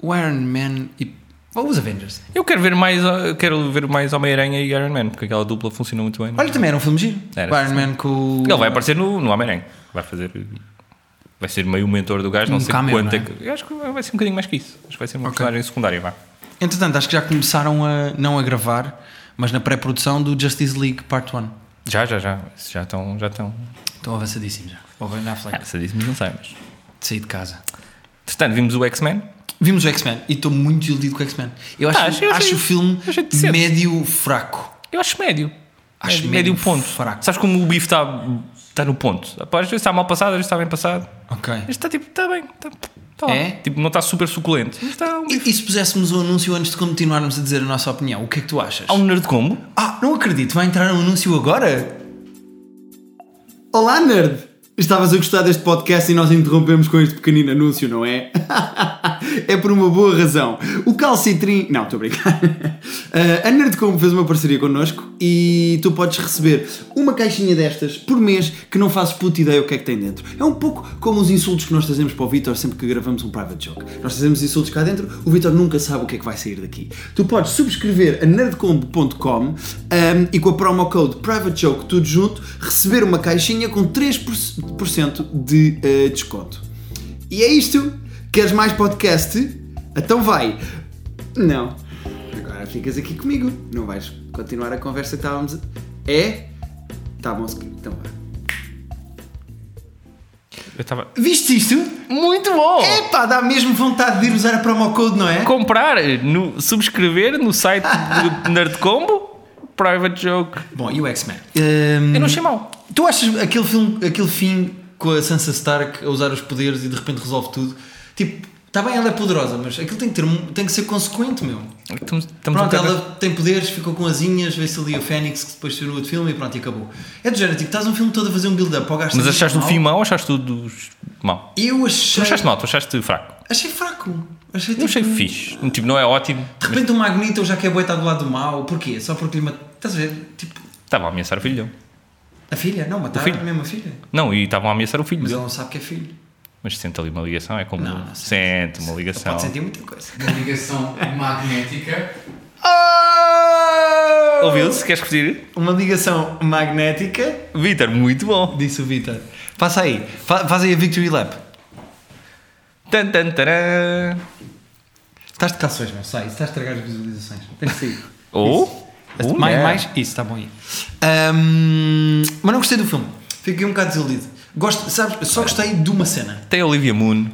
[SPEAKER 1] O Iron Man e. Ou os Avengers.
[SPEAKER 2] Eu quero ver mais, uh, quero ver mais Homem-Aranha e Iron Man, porque aquela dupla funcionou muito bem. não é?
[SPEAKER 1] Olha, também era um filme giro.
[SPEAKER 2] Era,
[SPEAKER 1] o Iron
[SPEAKER 2] sim.
[SPEAKER 1] Man com o.
[SPEAKER 2] Ele vai aparecer no, no Homem-Aranha. Vai fazer. Vai ser meio o mentor do gajo, não
[SPEAKER 1] Um
[SPEAKER 2] sei
[SPEAKER 1] cameo,
[SPEAKER 2] quanto é
[SPEAKER 1] não é?
[SPEAKER 2] que. Eu acho que vai ser um bocadinho mais que isso. Acho que vai ser uma
[SPEAKER 1] Ok.
[SPEAKER 2] personagem secundária, vá.
[SPEAKER 1] Entretanto, acho que já começaram a. não a gravar, mas na pré-produção do Justice League Part 1.
[SPEAKER 2] Já, já, já. Isso Já estão. Já estão.
[SPEAKER 1] Estão avançadíssimos já. Ou bem na Affleck.
[SPEAKER 2] Ah, se disse, mas não sei, mas.
[SPEAKER 1] De sair de casa.
[SPEAKER 2] Portanto, vimos o X-Men.
[SPEAKER 1] Ah. Vimos o X-Men e estou muito desiludido com o X-Men. Eu acho,
[SPEAKER 2] Ah, achei-
[SPEAKER 1] acho
[SPEAKER 2] achei-
[SPEAKER 1] o filme
[SPEAKER 2] achei decente.
[SPEAKER 1] médio fraco.
[SPEAKER 2] Eu acho médio.
[SPEAKER 1] Acho
[SPEAKER 2] médio,
[SPEAKER 1] médio
[SPEAKER 2] ponto.
[SPEAKER 1] fraco.
[SPEAKER 2] Sabes como o bife está está no ponto? Pá, Às vezes está mal passado, às vezes está bem passado.
[SPEAKER 1] Ok.
[SPEAKER 2] Este está tipo, está bem. Está, está lá.
[SPEAKER 1] É? Então,
[SPEAKER 2] Tipo, não está super suculento. Mas está um bife.
[SPEAKER 1] E, e se puséssemos um anúncio antes de continuarmos a dizer a nossa opinião, o que é que tu achas?
[SPEAKER 2] Há um nerd combo.
[SPEAKER 1] Ah, não acredito, vai entrar um anúncio agora?
[SPEAKER 4] Olá, nerd! Estavas a gostar deste podcast e nós interrompemos com este pequenino anúncio, não é? é por uma boa razão. O Calcitrim. Não, estou a brincar. Ah, a Nerdcombo fez uma parceria connosco e tu podes receber uma caixinha destas por mês que não fazes puta ideia o que é que tem dentro. É um pouco como os insultos que nós trazemos para o Vitor sempre que gravamos um private joke. Nós trazemos insultos cá dentro, o Vitor nunca sabe o que é que vai sair daqui. Tu podes subscrever a nerdcombo.com ahm, e com a promo code private joke tudo junto receber uma caixinha com 3% de ah, desconto. E é isto. Queres mais podcast? Então vai. Não. Agora ficas aqui comigo. Não vais continuar a conversa que estávamos a... É? Tá bom, se- então vá.
[SPEAKER 2] Eu estava.
[SPEAKER 1] Viste isto?
[SPEAKER 2] Muito bom!
[SPEAKER 4] Oh.
[SPEAKER 1] Epá, dá mesmo vontade de ir usar a promo code, não é?
[SPEAKER 2] comprar, no, subscrever no site do Nerd Combo, Private Joke.
[SPEAKER 1] Bom, e o X-Men? Hum,
[SPEAKER 2] Eu não achei mal.
[SPEAKER 1] Tu achas aquele filme, aquele fim com a Sansa Stark a usar os poderes e de repente resolve tudo? Tipo, Está bem, ela é poderosa, mas aquilo tem que, ter, um- tem que ser consequente, meu.
[SPEAKER 2] Estamos, Então, estamos um
[SPEAKER 1] Pronto,
[SPEAKER 2] a tratar-
[SPEAKER 1] ela tem poderes, ficou com asinhas, vê-se ali o Fênix, que depois saiu no outro filme e pronto, e acabou. É do género, tipo, estás um filme todo a fazer um build-up para o gajo
[SPEAKER 2] Mas
[SPEAKER 1] ser
[SPEAKER 2] achaste o
[SPEAKER 1] mau.
[SPEAKER 2] fim mau ou achaste tudo mau?
[SPEAKER 1] Eu
[SPEAKER 2] Tu
[SPEAKER 1] achei.
[SPEAKER 2] não achaste mal, tu achaste fraco.
[SPEAKER 1] Achei fraco. Achei,
[SPEAKER 2] Eu
[SPEAKER 1] tipo,
[SPEAKER 2] achei fixe. Tipo, não é ótimo.
[SPEAKER 1] De repente o Magneto já quer boitar do lado do mal, porquê? Só porque lhe matou. Estás a ver? Tipo,
[SPEAKER 2] Estava a ameaçar o filho dele.
[SPEAKER 1] a filha? Não, mataram
[SPEAKER 2] filho.
[SPEAKER 1] a mesma filha.
[SPEAKER 2] Não, e estavam a ameaçar o filho
[SPEAKER 1] Mas ele
[SPEAKER 2] dele.
[SPEAKER 1] não sabe que é filho.
[SPEAKER 2] Mas sente ali uma ligação, é como.
[SPEAKER 1] Não, não
[SPEAKER 2] sente uma ligação.
[SPEAKER 1] Pode sentir muita coisa.
[SPEAKER 3] Uma ligação magnética.
[SPEAKER 2] Ah!
[SPEAKER 1] Oh!
[SPEAKER 2] Ouviu-se? Queres repetir?
[SPEAKER 1] Uma ligação magnética
[SPEAKER 2] Vitor, muito bom.
[SPEAKER 1] Disse o Vitor. Passa aí. Fa faz aí a Victory Lap.
[SPEAKER 2] Tan, tan, taran.
[SPEAKER 1] Estás de calções, meu. Sai. Estás a estragar as visualizações. Tens de sair.
[SPEAKER 2] Ou? Ou
[SPEAKER 1] mais,
[SPEAKER 2] não.
[SPEAKER 1] mais. Isso,
[SPEAKER 2] tá
[SPEAKER 1] está bom aí. Ahm, mas não gostei do filme. Fiquei um bocado desiludido. Gosto, sabes, só gostei de uma cena.
[SPEAKER 2] Tem a Olivia Moon.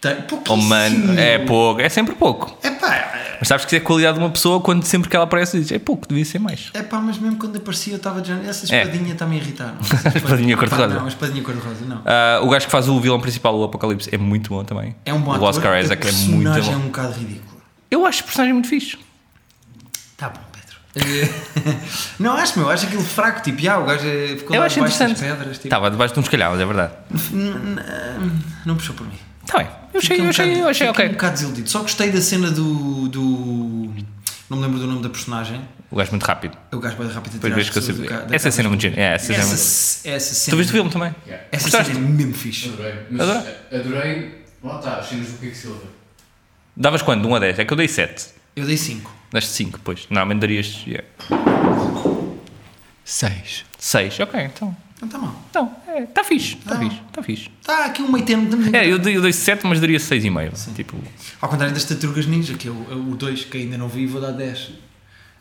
[SPEAKER 1] Tem-
[SPEAKER 2] Oh
[SPEAKER 1] Pouquíssimo.
[SPEAKER 2] mano, é pouco. É sempre pouco.
[SPEAKER 1] É pá,
[SPEAKER 2] Mas sabes que é a qualidade de uma pessoa quando sempre que ela aparece diz é pouco, devia ser mais.
[SPEAKER 1] é pá, mas mesmo quando aparecia eu estava de género, Essa
[SPEAKER 2] É.
[SPEAKER 1] espadinha está-me a irritar. não.
[SPEAKER 2] Espadinha
[SPEAKER 1] Pá,
[SPEAKER 2] cor-de-rosa.
[SPEAKER 1] Não, a espadinha cor-de-rosa, não.
[SPEAKER 2] Ah, o gajo que faz o vilão principal do Apocalipse é muito bom também.
[SPEAKER 1] É um bom
[SPEAKER 2] O Oscar
[SPEAKER 1] ator,
[SPEAKER 2] Isaac
[SPEAKER 1] a
[SPEAKER 2] é muito
[SPEAKER 1] personagem é
[SPEAKER 2] bom.
[SPEAKER 1] um bocado ridículo.
[SPEAKER 2] Eu acho o personagem muito fixe.
[SPEAKER 1] Tá bom, Pedro. não acho, meu, acho aquilo fraco, tipo, ah, o gajo eh, ficou
[SPEAKER 2] Eu
[SPEAKER 1] lá
[SPEAKER 2] acho
[SPEAKER 1] debaixo das
[SPEAKER 2] interessante. Tá.
[SPEAKER 1] pedras, tipo,
[SPEAKER 2] Estava debaixo de uns calhaus, é verdade.
[SPEAKER 1] não puxou por mim.
[SPEAKER 2] Está bem. Eu achei,
[SPEAKER 1] Fiquei
[SPEAKER 2] eu achei, eu achei
[SPEAKER 1] fiquei um
[SPEAKER 2] ok.
[SPEAKER 1] bocado desiludido. Só gostei da cena do, do- não me lembro do nome da personagem, É
[SPEAKER 2] O gajo é muito rápido.
[SPEAKER 1] o gajo vai rápido a
[SPEAKER 2] Depois
[SPEAKER 1] tirar
[SPEAKER 2] vês
[SPEAKER 1] as
[SPEAKER 2] que eu
[SPEAKER 1] pessoas
[SPEAKER 2] sei.
[SPEAKER 1] do ca- da
[SPEAKER 2] Essa
[SPEAKER 1] casa.
[SPEAKER 2] cena é muito gênio. É, essa cena é
[SPEAKER 1] essa,
[SPEAKER 2] muito...
[SPEAKER 1] c- essa cena é
[SPEAKER 2] Tu viste o filme também?
[SPEAKER 3] Yeah.
[SPEAKER 1] essa
[SPEAKER 2] Gostaste?
[SPEAKER 1] cena é mesmo fixe.
[SPEAKER 3] Adorei. Mas
[SPEAKER 2] Adorei.
[SPEAKER 3] a- adorei. Lá está, as cenas do Quicksilver.
[SPEAKER 2] Davas quando? 1 a 10? É que eu dei 7.
[SPEAKER 1] Eu dei 5.
[SPEAKER 2] Daste 5, pois. Normalmente darias
[SPEAKER 1] 6.
[SPEAKER 2] 6. Ok, então.
[SPEAKER 1] Não está tá mal.
[SPEAKER 2] Então, está fixe. Está
[SPEAKER 1] Ah.
[SPEAKER 2] fixe. Está fixe.
[SPEAKER 1] Está aqui um meio termo de...
[SPEAKER 2] É, eu dei, eu dei 7, mas daria 6,5. Tipo,
[SPEAKER 1] Ao contrário das Tartarugas Ninja, que eu, eu- o 2 que ainda não vi, vou dar 10.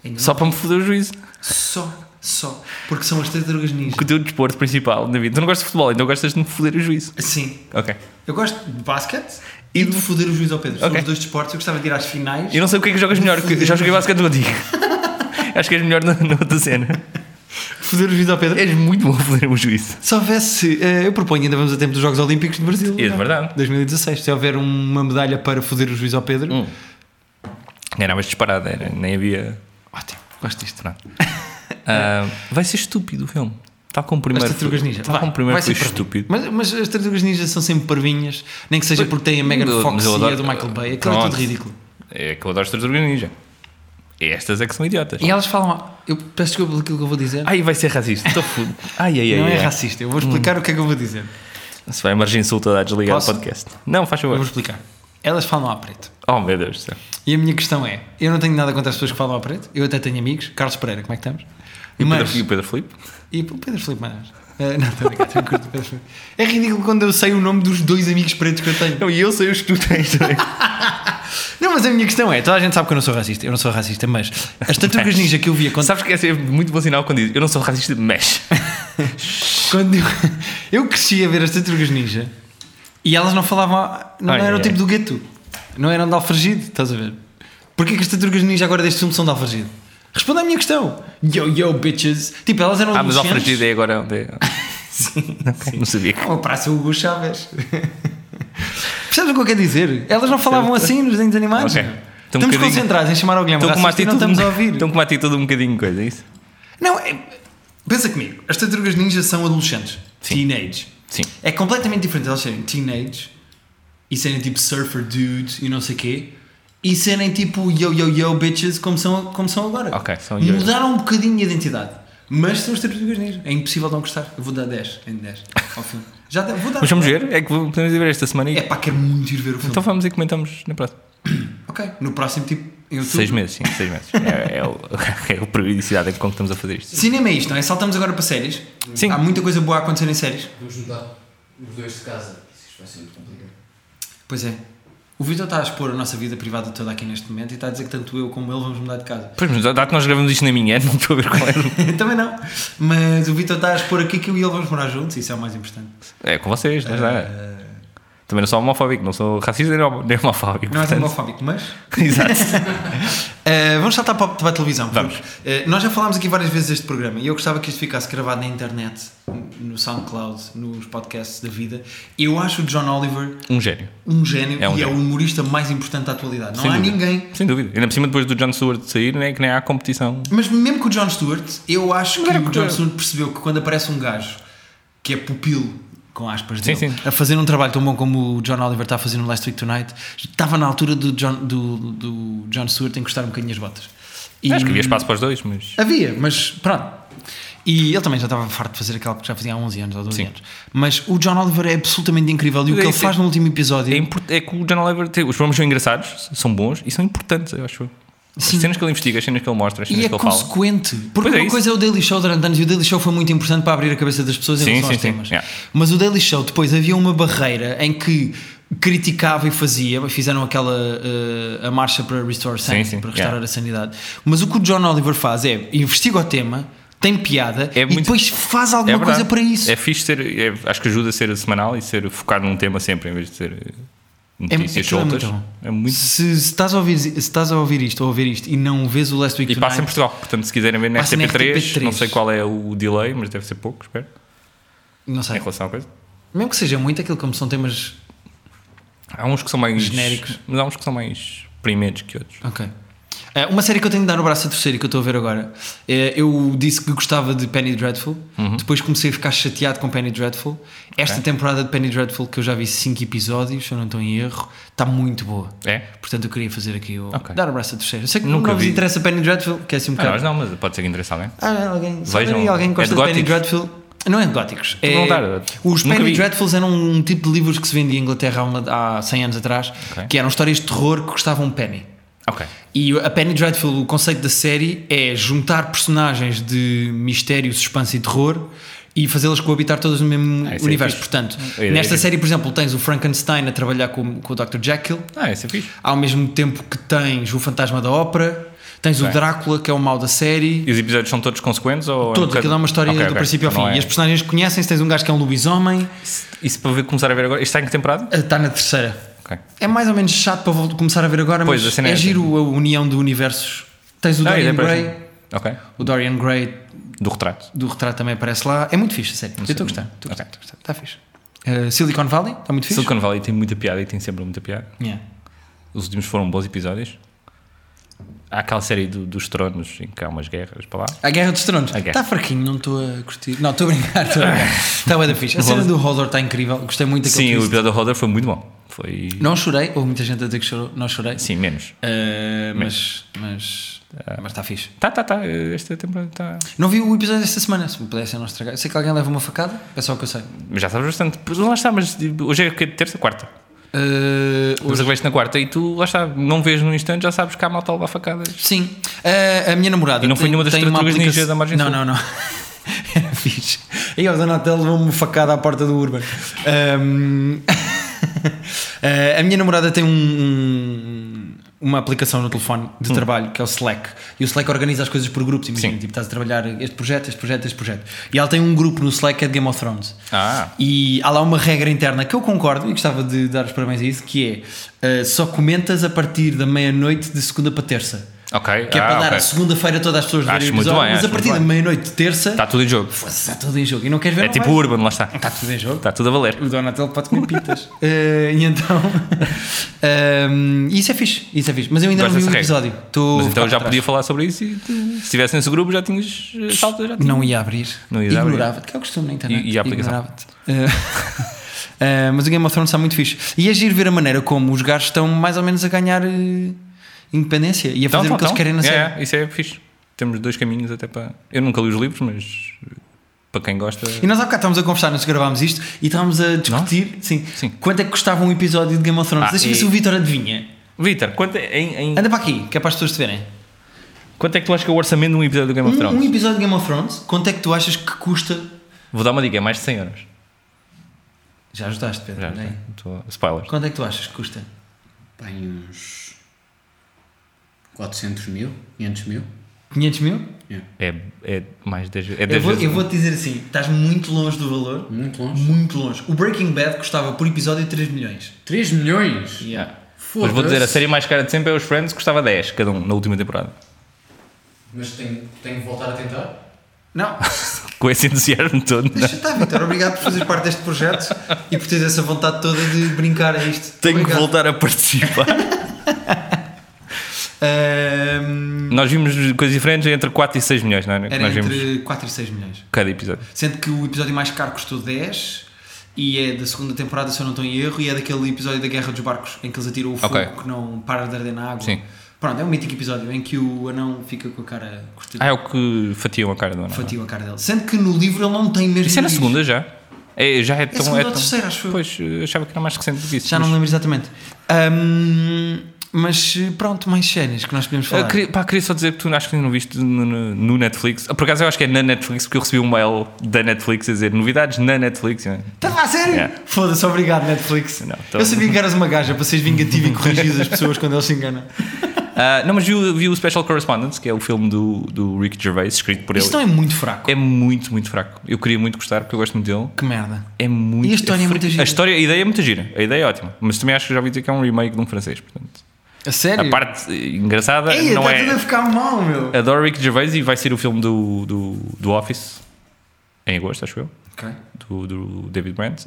[SPEAKER 1] Ainda
[SPEAKER 2] só para me foder o juízo.
[SPEAKER 1] Só, só. Porque são as tartarugas ninja.
[SPEAKER 2] Porque o teu desporto principal na vida. Tu não gostas de futebol, então gostas de me foder o juízo.
[SPEAKER 1] Sim.
[SPEAKER 2] Ok.
[SPEAKER 1] Eu gosto de basquete
[SPEAKER 2] E
[SPEAKER 1] e
[SPEAKER 2] de-
[SPEAKER 1] de foder o juiz ao Pedro. São
[SPEAKER 2] Ok.
[SPEAKER 1] os dois desportos. Eu gostava de ir às finais.
[SPEAKER 2] Eu não sei o que é que jogas melhor. que- Já joguei basquete contigo. Acho que és melhor na, na outra cena.
[SPEAKER 1] Foder o juiz ao Pedro.
[SPEAKER 2] És muito bom a foder o juízo.
[SPEAKER 1] Se houvesse, eh, eu proponho, ainda vamos a tempo dos Jogos Olímpicos de Brasil.
[SPEAKER 2] É de
[SPEAKER 1] não
[SPEAKER 2] verdade.
[SPEAKER 1] 2016, se houver uma medalha para foder o juiz ao Pedro.
[SPEAKER 2] Hum. Era mais disparada, era, nem havia. Ótimo, gosto disto. Não. é? Ah, vai ser estúpido o filme. Tal como o primeiro.
[SPEAKER 1] As tartarugas
[SPEAKER 2] foi-
[SPEAKER 1] ninja.
[SPEAKER 2] Tal
[SPEAKER 1] Vá,
[SPEAKER 2] como o Hum, primeiro
[SPEAKER 1] vai
[SPEAKER 2] foi
[SPEAKER 1] ser para-
[SPEAKER 2] estúpido.
[SPEAKER 1] Mas, mas as tartarugas ninja são sempre parvinhas, nem que seja porque têm a Megan
[SPEAKER 2] Mas eu
[SPEAKER 1] Fox e
[SPEAKER 2] adoro-
[SPEAKER 1] a do Michael Bay. Aquilo é
[SPEAKER 2] Pronto.
[SPEAKER 1] tudo ridículo.
[SPEAKER 2] É que eu adoro as tartarugas ninja. Estas é que são idiotas.
[SPEAKER 1] E elas falam, eu peço desculpa pelo que eu vou dizer.
[SPEAKER 2] Ai, vai ser racista. Estou fudido. Ai, ai, ai.
[SPEAKER 1] não é
[SPEAKER 2] ai. Hum.
[SPEAKER 1] racista, eu vou explicar o que é que eu vou dizer.
[SPEAKER 2] Se vai emergir insulto a desligar
[SPEAKER 1] Posso?
[SPEAKER 2] o podcast. Não, faz
[SPEAKER 1] Eu
[SPEAKER 2] favor.
[SPEAKER 1] vou explicar. Elas falam a preto.
[SPEAKER 2] Oh, meu Deus do céu.
[SPEAKER 1] E a minha questão é: eu não tenho nada contra as pessoas que falam a preto, eu até tenho amigos. Carlos Pereira, como é que estamos?
[SPEAKER 2] E o
[SPEAKER 1] Mas-
[SPEAKER 2] Pedro, e o Pedro Filipe?
[SPEAKER 1] E o Pedro Filipe Manas. Ah, não, estou a brincar, estou a curtir o Pedro Filipe. É ridículo quando eu sei o nome dos dois amigos pretos que eu tenho.
[SPEAKER 2] Não, e eu sei os que tu tens também.
[SPEAKER 1] Não, mas a minha questão é: toda a gente sabe que eu não sou racista, eu não sou racista, mas as tartarugas ninja que eu via quando. É
[SPEAKER 2] Sabes que é sempre muito bom sinal quando diz eu não sou racista, mas.
[SPEAKER 1] quando eu, eu cresci a ver as tartarugas ninja e elas não falavam. Não
[SPEAKER 2] Ai,
[SPEAKER 1] eram
[SPEAKER 2] ai,
[SPEAKER 1] tipo
[SPEAKER 2] ai.
[SPEAKER 1] do gueto, não eram de alfragido, estás a ver? Porquê que as tartarugas ninja agora deste filme são de alfragido? Responda à minha questão. Yo, yo, bitches. Tipo, elas eram
[SPEAKER 2] Ah, mas
[SPEAKER 1] adolescentes.
[SPEAKER 2] Alfredo é agora onde é. Sim. Não sabia.
[SPEAKER 1] Ou parece o Hugo Chávez. Percebes o que eu quero dizer? Elas não falavam assim nos desenhos animados.
[SPEAKER 2] Ok.
[SPEAKER 1] meu.
[SPEAKER 2] Então um
[SPEAKER 1] Estamos
[SPEAKER 2] bocadinho-
[SPEAKER 1] concentrados em chamar ao Guilherme
[SPEAKER 2] Estão com uma
[SPEAKER 1] racista e
[SPEAKER 2] atitude.
[SPEAKER 1] não estamos a ouvir.
[SPEAKER 2] Estão com uma atitude um bocadinho coisa, é isso?
[SPEAKER 1] Não, é- pensa comigo. As tartarugas ninja são adolescentes.
[SPEAKER 2] Sim.
[SPEAKER 1] Teenage.
[SPEAKER 2] Sim.
[SPEAKER 1] É completamente diferente elas serem teenage e serem tipo surfer dudes e não sei quê e serem tipo yo yo yo bitches como são, como são agora.
[SPEAKER 2] Ok, são yo.
[SPEAKER 1] Mudaram um bocadinho de identidade. Mas são as tartarugas ninja. É impossível não gostar. Eu vou dar 10 em 10 ao filme. Já dá- vou dar.
[SPEAKER 2] Mas vamos ver, é que podemos ir ver esta semana e.
[SPEAKER 1] É pá, quero muito ir ver o filme.
[SPEAKER 2] Então vamos e comentamos na próxima.
[SPEAKER 1] Ok, no próximo tipo em outubro.
[SPEAKER 2] Seis meses, sim, seis meses. É, é, o, é o periodicidade com que estamos a fazer isto.
[SPEAKER 1] Cinema é isto, não é? Saltamos agora para séries.
[SPEAKER 2] Sim.
[SPEAKER 1] Há muita coisa boa a acontecer em séries.
[SPEAKER 3] Vamos juntar os dois de casa. Isso vai ser muito complicado.
[SPEAKER 1] Pois é. O Vitor está a expor a nossa vida privada toda aqui neste momento e está a dizer que tanto eu como ele vamos mudar de casa.
[SPEAKER 2] Pois, mas dado que nós gravamos isto na minha, não estou a ver qual é.
[SPEAKER 1] Também não. Mas o Vitor está a expor aqui que eu e ele vamos morar juntos, isso é o mais importante.
[SPEAKER 2] É com vocês, não é?
[SPEAKER 1] Ah,
[SPEAKER 2] Também não sou homofóbico, não sou racista nem homo- nem homofóbico.
[SPEAKER 1] Não és
[SPEAKER 2] portanto-
[SPEAKER 1] homofóbico, mas.
[SPEAKER 2] Exato.
[SPEAKER 1] Eh, vamos saltar para, a- para a televisão.
[SPEAKER 2] Vamos.
[SPEAKER 1] porque, eh, nós já falámos aqui várias vezes deste programa e eu gostava que isto ficasse gravado na internet, no SoundCloud, nos podcasts da vida. Eu acho o John Oliver
[SPEAKER 2] Um gênio.
[SPEAKER 1] um gênio
[SPEAKER 2] É um
[SPEAKER 1] e é
[SPEAKER 2] gênio.
[SPEAKER 1] o humorista mais importante da atualidade. Não
[SPEAKER 2] Sem
[SPEAKER 1] há
[SPEAKER 2] dúvida.
[SPEAKER 1] ninguém.
[SPEAKER 2] Sem dúvida. Ainda por cima, depois do John Stewart sair, nem, que nem há competição.
[SPEAKER 1] Mas mesmo com o John Stewart, eu acho que
[SPEAKER 2] era
[SPEAKER 1] o
[SPEAKER 2] porque-
[SPEAKER 1] John Stewart percebeu que quando aparece um gajo que é pupilo. Com aspas
[SPEAKER 2] Sim,
[SPEAKER 1] dele,
[SPEAKER 2] sim.
[SPEAKER 1] a fazer um trabalho tão bom como o John Oliver está a fazer no Last Week Tonight, estava na altura do John, do, do John Stewart encostar um bocadinho as botas. E-
[SPEAKER 2] Acho que havia espaço para os dois, mas.
[SPEAKER 1] Havia, mas pronto. E ele também já estava farto de fazer aquela porque já fazia há 11 anos ou 12
[SPEAKER 2] Sim.
[SPEAKER 1] anos. Mas o John Oliver é absolutamente incrível e o que
[SPEAKER 2] É
[SPEAKER 1] ele
[SPEAKER 2] isso,
[SPEAKER 1] faz
[SPEAKER 2] é-
[SPEAKER 1] no último
[SPEAKER 2] É,
[SPEAKER 1] episódio.
[SPEAKER 2] import- é que o John Oliver tem- os programas são engraçados, são bons e são importantes, eu acho. As
[SPEAKER 1] Sim.
[SPEAKER 2] cenas que ele investiga, as cenas que ele mostra, as cenas
[SPEAKER 1] E é
[SPEAKER 2] que ele fala.
[SPEAKER 1] consequente. Porque
[SPEAKER 2] Pois é
[SPEAKER 1] uma
[SPEAKER 2] isso.
[SPEAKER 1] coisa é o Daily Show durante anos e o Daily Show foi muito importante para abrir a cabeça das pessoas em
[SPEAKER 2] Sim,
[SPEAKER 1] relação
[SPEAKER 2] sim,
[SPEAKER 1] aos
[SPEAKER 2] sim.
[SPEAKER 1] temas.
[SPEAKER 2] Yeah.
[SPEAKER 1] Mas o Daily Show depois havia uma barreira em que criticava e fazia, fizeram aquela eh, a marcha para Restore Sanity,
[SPEAKER 2] sim,
[SPEAKER 1] para restaurar
[SPEAKER 2] yeah.
[SPEAKER 1] a sanidade. Mas o que o John Oliver faz é investiga o tema, tem piada
[SPEAKER 2] É
[SPEAKER 1] e
[SPEAKER 2] muito-
[SPEAKER 1] depois faz alguma
[SPEAKER 2] verdade.
[SPEAKER 1] coisa para isso.
[SPEAKER 2] É fixe ser, é- acho que ajuda a ser semanal e ser focado num tema sempre, em vez de ser eh, notícias
[SPEAKER 1] aquilo é muito
[SPEAKER 2] soltas.
[SPEAKER 1] bom.
[SPEAKER 2] É muito.
[SPEAKER 1] Se, se estás a ouvir, se estás a ouvir isto ou a ouvir isto e não vês o Last Week
[SPEAKER 2] E
[SPEAKER 1] Tonight,
[SPEAKER 2] passa em Portugal, portanto, se quiserem ver na
[SPEAKER 1] Passa na
[SPEAKER 2] RTP3,
[SPEAKER 1] RTP3.
[SPEAKER 2] não sei qual é o delay, mas deve ser pouco, espero,
[SPEAKER 1] não
[SPEAKER 2] em
[SPEAKER 1] sei.
[SPEAKER 2] relação à coisa.
[SPEAKER 1] Mesmo que seja muito aquilo como são temas.
[SPEAKER 2] Há uns que são mais.
[SPEAKER 1] Genéricos.
[SPEAKER 2] Mas há uns que são mais primeiros que outros.
[SPEAKER 1] Ok. Eh, uma série que eu tenho de dar no braço a terceira e que eu estou a ver agora. eh, eu disse que gostava de Penny Dreadful, depois comecei a ficar chateado com Penny Dreadful. Esta
[SPEAKER 2] Uhum. Ok.
[SPEAKER 1] temporada de Penny Dreadful, que eu já vi 5 episódios, se eu não estou em erro, está muito boa.
[SPEAKER 2] É?
[SPEAKER 1] Portanto, eu queria fazer aqui o.
[SPEAKER 2] Ok.
[SPEAKER 1] Dar o braço a terceira. Eu sei que
[SPEAKER 2] Nunca
[SPEAKER 1] nunca vos
[SPEAKER 2] vi.
[SPEAKER 1] interessa Penny Dreadful, que é assim um
[SPEAKER 2] Ah,
[SPEAKER 1] bocado.
[SPEAKER 2] nós não, mas pode ser que interesse alguém.
[SPEAKER 1] Ah, alguém. se
[SPEAKER 2] Vejam,
[SPEAKER 1] houver aí alguém que
[SPEAKER 2] é
[SPEAKER 1] gosta
[SPEAKER 2] de
[SPEAKER 1] de, Penny
[SPEAKER 2] góticos?
[SPEAKER 1] Dreadful. Não é de góticos. É,
[SPEAKER 2] Perguntar,
[SPEAKER 1] os
[SPEAKER 2] nunca
[SPEAKER 1] Penny
[SPEAKER 2] vi.
[SPEAKER 1] Dreadfuls eram um tipo de livros que se vendia em Inglaterra há, uma, há 100 anos atrás,
[SPEAKER 2] Ok.
[SPEAKER 1] que eram histórias de terror que custavam um penny.
[SPEAKER 2] Ok.
[SPEAKER 1] E a Penny Dreadful, o conceito da série é juntar personagens de mistério, suspense e terror e fazê-las coabitar todas no mesmo
[SPEAKER 2] Ah, isso é
[SPEAKER 1] universo.
[SPEAKER 2] fixe.
[SPEAKER 1] Portanto,
[SPEAKER 2] A ideia é
[SPEAKER 1] nesta
[SPEAKER 2] fixe.
[SPEAKER 1] série, por exemplo, tens o Frankenstein a trabalhar com, com o Dr. Jekyll,
[SPEAKER 2] Ah, isso é fixe.
[SPEAKER 1] ao mesmo tempo que tens o Fantasma da Ópera, tens o
[SPEAKER 2] Ok.
[SPEAKER 1] Drácula, que é o mal da série.
[SPEAKER 2] E os episódios são todos consequentes? Ou um
[SPEAKER 1] Todos, aquilo é uma história do princípio ao fim. E as personagens conhecem-se, tens um gajo que é um lobisomem,
[SPEAKER 2] é Isso para ver, começar a ver agora. Isto está em que temporada?
[SPEAKER 1] eh, está na terceira.
[SPEAKER 2] Ok.
[SPEAKER 1] É mais ou menos chato para vol- começar a ver agora,
[SPEAKER 2] Pois, a
[SPEAKER 1] mas
[SPEAKER 2] cena é
[SPEAKER 1] é
[SPEAKER 2] essa.
[SPEAKER 1] giro a união de universos. Tens o
[SPEAKER 2] Ah,
[SPEAKER 1] Dorian
[SPEAKER 2] ainda
[SPEAKER 1] Gray,
[SPEAKER 2] aparece- Ok.
[SPEAKER 1] o Dorian Gray
[SPEAKER 2] Do retrato.
[SPEAKER 1] do retrato também aparece lá. É muito fixe, a sério. Eu
[SPEAKER 2] sei
[SPEAKER 1] estou a
[SPEAKER 2] como-
[SPEAKER 1] gostar, estou a gostar,
[SPEAKER 2] Ok.
[SPEAKER 1] estou a gostar. está Tá fixe. Eh, Silicon Valley, está muito fixe.
[SPEAKER 2] Silicon Valley tem muita piada e tem sempre muita piada.
[SPEAKER 1] Yeah.
[SPEAKER 2] Os últimos foram bons episódios. Há aquela série do- dos tronos em que há umas guerras para lá.
[SPEAKER 1] A Guerra dos Tronos.
[SPEAKER 2] Guerra.
[SPEAKER 1] Está fraquinho, não estou a curtir. Não, estou a brincar, estou a brincar. Está bem da fixe. A cena do Hodor está incrível, gostei muito daquele
[SPEAKER 2] Sim, o
[SPEAKER 1] twist.
[SPEAKER 2] episódio do Roder foi muito bom. Foi.
[SPEAKER 1] Não chorei, houve muita gente a dizer que chorou, não chorei.
[SPEAKER 2] Sim, menos.
[SPEAKER 1] Eh, mas, mas, mas está fixe.
[SPEAKER 2] Tá, tá, tá. Esta temporada tá- está.
[SPEAKER 1] Não vi o episódio desta semana, se me pudessem não estragar. Eu sei que alguém leva uma facada, é só o que eu sei.
[SPEAKER 2] Mas já sabes bastante. Pois Lá está, mas hoje é que terça, quarta.
[SPEAKER 1] Eh,
[SPEAKER 2] Mas agora na quarta e tu, lá está, não vês num instante, já sabes que há malta a levar facadas.
[SPEAKER 1] Sim. Ah, a minha namorada.
[SPEAKER 2] E não foi
[SPEAKER 1] tem-
[SPEAKER 2] nenhuma das
[SPEAKER 1] tem uma
[SPEAKER 2] tartarugas
[SPEAKER 1] aplicação-
[SPEAKER 2] ninja da Margem
[SPEAKER 1] Não,
[SPEAKER 2] Sul?
[SPEAKER 1] não, não. Era fixe. E ao Donatel levou-me uma facada à porta do Urban. Ahm, ah, a minha namorada tem um- um- uma aplicação no telefone de trabalho que é o Slack. E o Slack organiza as coisas por grupos. Imagina,
[SPEAKER 2] Hum. Sim.
[SPEAKER 1] tipo, estás a trabalhar este projeto, este projeto, este projeto. E ela tem um grupo no Slack que é de Game of Thrones.
[SPEAKER 2] Ah.
[SPEAKER 1] E há lá uma regra interna que eu concordo e gostava de dar os parabéns a isso, que é ah, só comentas a partir da meia-noite de segunda para terça.
[SPEAKER 2] Ok.
[SPEAKER 1] Que é
[SPEAKER 2] ah,
[SPEAKER 1] para dar
[SPEAKER 2] ok.
[SPEAKER 1] a segunda-feira todas as pessoas
[SPEAKER 2] Acho
[SPEAKER 1] verem o
[SPEAKER 2] muito
[SPEAKER 1] episódio,
[SPEAKER 2] bem,
[SPEAKER 1] mas
[SPEAKER 2] acho
[SPEAKER 1] a partir
[SPEAKER 2] muito
[SPEAKER 1] da
[SPEAKER 2] bem.
[SPEAKER 1] meia-noite de terça
[SPEAKER 2] Está Tá tudo em jogo.
[SPEAKER 1] está tudo em jogo e não queres ver
[SPEAKER 2] É
[SPEAKER 1] não
[SPEAKER 2] tipo o
[SPEAKER 1] vais.
[SPEAKER 2] Urban, lá está.
[SPEAKER 1] Está tudo em jogo.
[SPEAKER 2] Está tudo a valer.
[SPEAKER 1] O Donatel pode comer pitas. Eh, e então. ehm, isso é fixe, isso é fixe. Mas eu ainda
[SPEAKER 2] Gosto
[SPEAKER 1] não vi
[SPEAKER 2] dessa
[SPEAKER 1] o
[SPEAKER 2] regra.
[SPEAKER 1] episódio. Estou
[SPEAKER 2] Mas então
[SPEAKER 1] focado
[SPEAKER 2] já
[SPEAKER 1] atrás.
[SPEAKER 2] podia falar sobre isso e tu- se tivesse nesse grupo já tinhas eh, salto, já tinhas.
[SPEAKER 1] Não ia abrir.
[SPEAKER 2] Não ias abrir.
[SPEAKER 1] Ignorava-te, que é o costume na internet.
[SPEAKER 2] E- e a aplicação.
[SPEAKER 1] Ignorava-te. Eh, eh, mas o Game of Thrones está muito fixe. E é giro ver a maneira como os gajos estão mais ou menos a ganhar eh, independência e a
[SPEAKER 2] Então,
[SPEAKER 1] fazer
[SPEAKER 2] então,
[SPEAKER 1] o que eles
[SPEAKER 2] então.
[SPEAKER 1] querem na
[SPEAKER 2] É,
[SPEAKER 1] série.
[SPEAKER 2] é, isso é fixe. Temos dois caminhos até para. Eu nunca li os livros, mas eh, para quem gosta.
[SPEAKER 1] E nós há bocado estávamos a conversar, nós gravámos isto e estávamos a discutir sim,
[SPEAKER 2] Sim.
[SPEAKER 1] quanto é que custava um episódio de Game of Thrones.
[SPEAKER 2] Ah,
[SPEAKER 1] Deixa eu
[SPEAKER 2] e-
[SPEAKER 1] ver se o Vitor adivinha.
[SPEAKER 2] Vitor, quanto, é- em- em-
[SPEAKER 1] Anda para aqui, que é para as pessoas te verem.
[SPEAKER 2] quanto é que tu achas que é o orçamento de um episódio do Game of
[SPEAKER 1] Um, um
[SPEAKER 2] Thrones?
[SPEAKER 1] episódio de Game of Thrones, quanto é que tu achas que custa?
[SPEAKER 2] Vou dar uma dica, é mais de 100 euros.
[SPEAKER 1] Já ajudaste, Pedro.
[SPEAKER 2] Já, já.
[SPEAKER 1] bem.
[SPEAKER 2] Estou- Spoilers.
[SPEAKER 1] Quanto é que tu achas que custa?
[SPEAKER 3] Pai, uns 400 mil, 500 mil.
[SPEAKER 1] 500 mil?
[SPEAKER 2] É, é mais de 10 vezes. É
[SPEAKER 1] Eu
[SPEAKER 2] 10
[SPEAKER 1] vou,
[SPEAKER 2] vezes.
[SPEAKER 1] eu vou te dizer assim: estás muito longe do valor.
[SPEAKER 3] Muito longe.
[SPEAKER 1] Muito longe. O Breaking Bad custava por episódio 3 milhões.
[SPEAKER 3] 3 milhões?
[SPEAKER 1] Yeah.
[SPEAKER 2] Mas
[SPEAKER 3] Foda-se.
[SPEAKER 2] vou dizer, a série mais cara de sempre é os Friends, custava 10 cada um na última temporada.
[SPEAKER 3] Mas tenho, tenho que voltar a tentar?
[SPEAKER 1] Não,
[SPEAKER 2] Com esse entusiasmo todo.
[SPEAKER 1] deixa estar, Vitor. Obrigado por fazer parte deste projeto e por teres essa vontade toda de brincar a isto.
[SPEAKER 2] Tenho que
[SPEAKER 1] Obrigado.
[SPEAKER 2] voltar a participar.
[SPEAKER 1] Ahm,
[SPEAKER 2] Nós vimos coisas diferentes entre 4 e 6 milhões, não é? Que
[SPEAKER 1] era
[SPEAKER 2] Nós vimos
[SPEAKER 1] entre 4 e 6 milhões.
[SPEAKER 2] cada episódio.
[SPEAKER 1] Sendo que o episódio mais caro custou 10 e é da segunda temporada, se eu não estou em erro, e é daquele episódio da Guerra dos Barcos em que eles atiram o fogo
[SPEAKER 2] Ok.
[SPEAKER 1] que não para de arder na água.
[SPEAKER 2] Sim.
[SPEAKER 1] Pronto, é um mítico episódio em que o anão fica com a cara
[SPEAKER 2] Ah,
[SPEAKER 1] curtida,
[SPEAKER 2] é o que fatiam a cara do Ana.
[SPEAKER 1] fatiu a cara dele. Sendo que no livro ele não tem mesmo.
[SPEAKER 2] Isso é na
[SPEAKER 1] nariz.
[SPEAKER 2] segunda já? É, já é
[SPEAKER 1] É
[SPEAKER 2] tão.
[SPEAKER 1] a segunda
[SPEAKER 2] é
[SPEAKER 1] ou
[SPEAKER 2] tão-
[SPEAKER 1] terceira, acho eu.
[SPEAKER 2] Pois, eu achava que era mais recente do que isso.
[SPEAKER 1] Já não me
[SPEAKER 2] mas-
[SPEAKER 1] lembro exatamente. Ahm, mas pronto, mais séries que nós podemos falar.
[SPEAKER 2] Ah, queria, pá, queria só dizer que tu acho que não viste no, no- no Netflix. Ah, Por acaso eu acho que é na Netflix, porque eu recebi um mail da Netflix a dizer novidades na Netflix. né?
[SPEAKER 1] Estava Tá, a sério?
[SPEAKER 2] Yeah.
[SPEAKER 1] Foda-se, obrigado Netflix.
[SPEAKER 2] Não, então- tô-
[SPEAKER 1] Eu sabia que eras uma gaja para seres vingativo e corrigir as pessoas quando eles se enganam.
[SPEAKER 2] Ah, não, mas vi, o- vi o Special Correspondence, que é o filme do, do Rick Gervais, escrito por
[SPEAKER 1] Isto não
[SPEAKER 2] ele.
[SPEAKER 1] é muito fraco.
[SPEAKER 2] É muito, muito fraco. Eu queria muito gostar, porque eu gosto muito dele.
[SPEAKER 1] Que merda.
[SPEAKER 2] É muito
[SPEAKER 1] E a história é muito
[SPEAKER 2] fr-
[SPEAKER 1] gira.
[SPEAKER 2] A história, a ideia é muito gira. A ideia é ótima. Mas também acho que já ouvi dizer que é um remake de um francês. Portanto,
[SPEAKER 1] A
[SPEAKER 2] a
[SPEAKER 1] sério?
[SPEAKER 2] parte eh, engraçada
[SPEAKER 1] Ei,
[SPEAKER 2] não
[SPEAKER 1] está tudo a
[SPEAKER 2] é.
[SPEAKER 1] ficar mal, meu.
[SPEAKER 2] Adoro Rick Gervais e vai ser o filme do, do, do Office em agosto, acho eu. do, do David Brand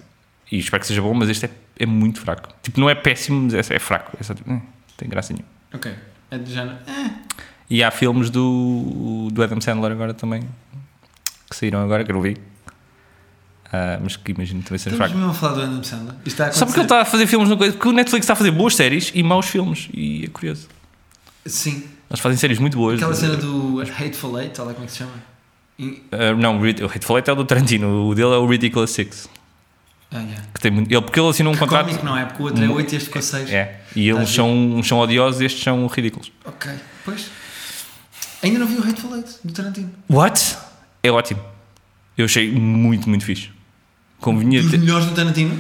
[SPEAKER 2] e espero que seja bom, mas este é, é muito fraco. Tipo, não é péssimo, mas é, é fraco. É só, tipo, "Eh, não tem graça nenhuma.
[SPEAKER 1] Ok. É de género.
[SPEAKER 2] E há filmes do, do Adam Sandler agora também que saíram agora, que eu não vi. Ah, mas que imagino também ser
[SPEAKER 1] Estamos
[SPEAKER 2] fraco.
[SPEAKER 1] mesmo a falar do Adam Sandler. Isto está a
[SPEAKER 2] Só porque ele
[SPEAKER 1] acontecer.
[SPEAKER 2] está a fazer filmes no coisa, porque o Netflix está a fazer boas séries e maus filmes, e é curioso. tá-
[SPEAKER 1] Sim.
[SPEAKER 2] Eles fazem séries muito boas.
[SPEAKER 1] Aquela
[SPEAKER 2] de-
[SPEAKER 1] cena do Hateful Eight, olha lá como é que se chama. In-
[SPEAKER 2] Ah, não, o Rid- o Hateful Eight é o do Tarantino, o dele é o Ridiculous Six.
[SPEAKER 1] Ah, yeah.
[SPEAKER 2] Que tem muito, ele, porque ele assinou um contrato. Hum.
[SPEAKER 1] Cómico não é, porque o outro é 8 e este ficou 6.
[SPEAKER 2] É, e
[SPEAKER 1] Tá giro.
[SPEAKER 2] eles são, uns são odiosos e estes são ridículos.
[SPEAKER 1] Ok. Pois. Ainda não vi o Hateful Eight do Tarantino.
[SPEAKER 2] What? É ótimo. Eu achei muito, muito fixe. Convinha
[SPEAKER 1] Dos
[SPEAKER 2] ter-
[SPEAKER 1] melhores do Tarantino.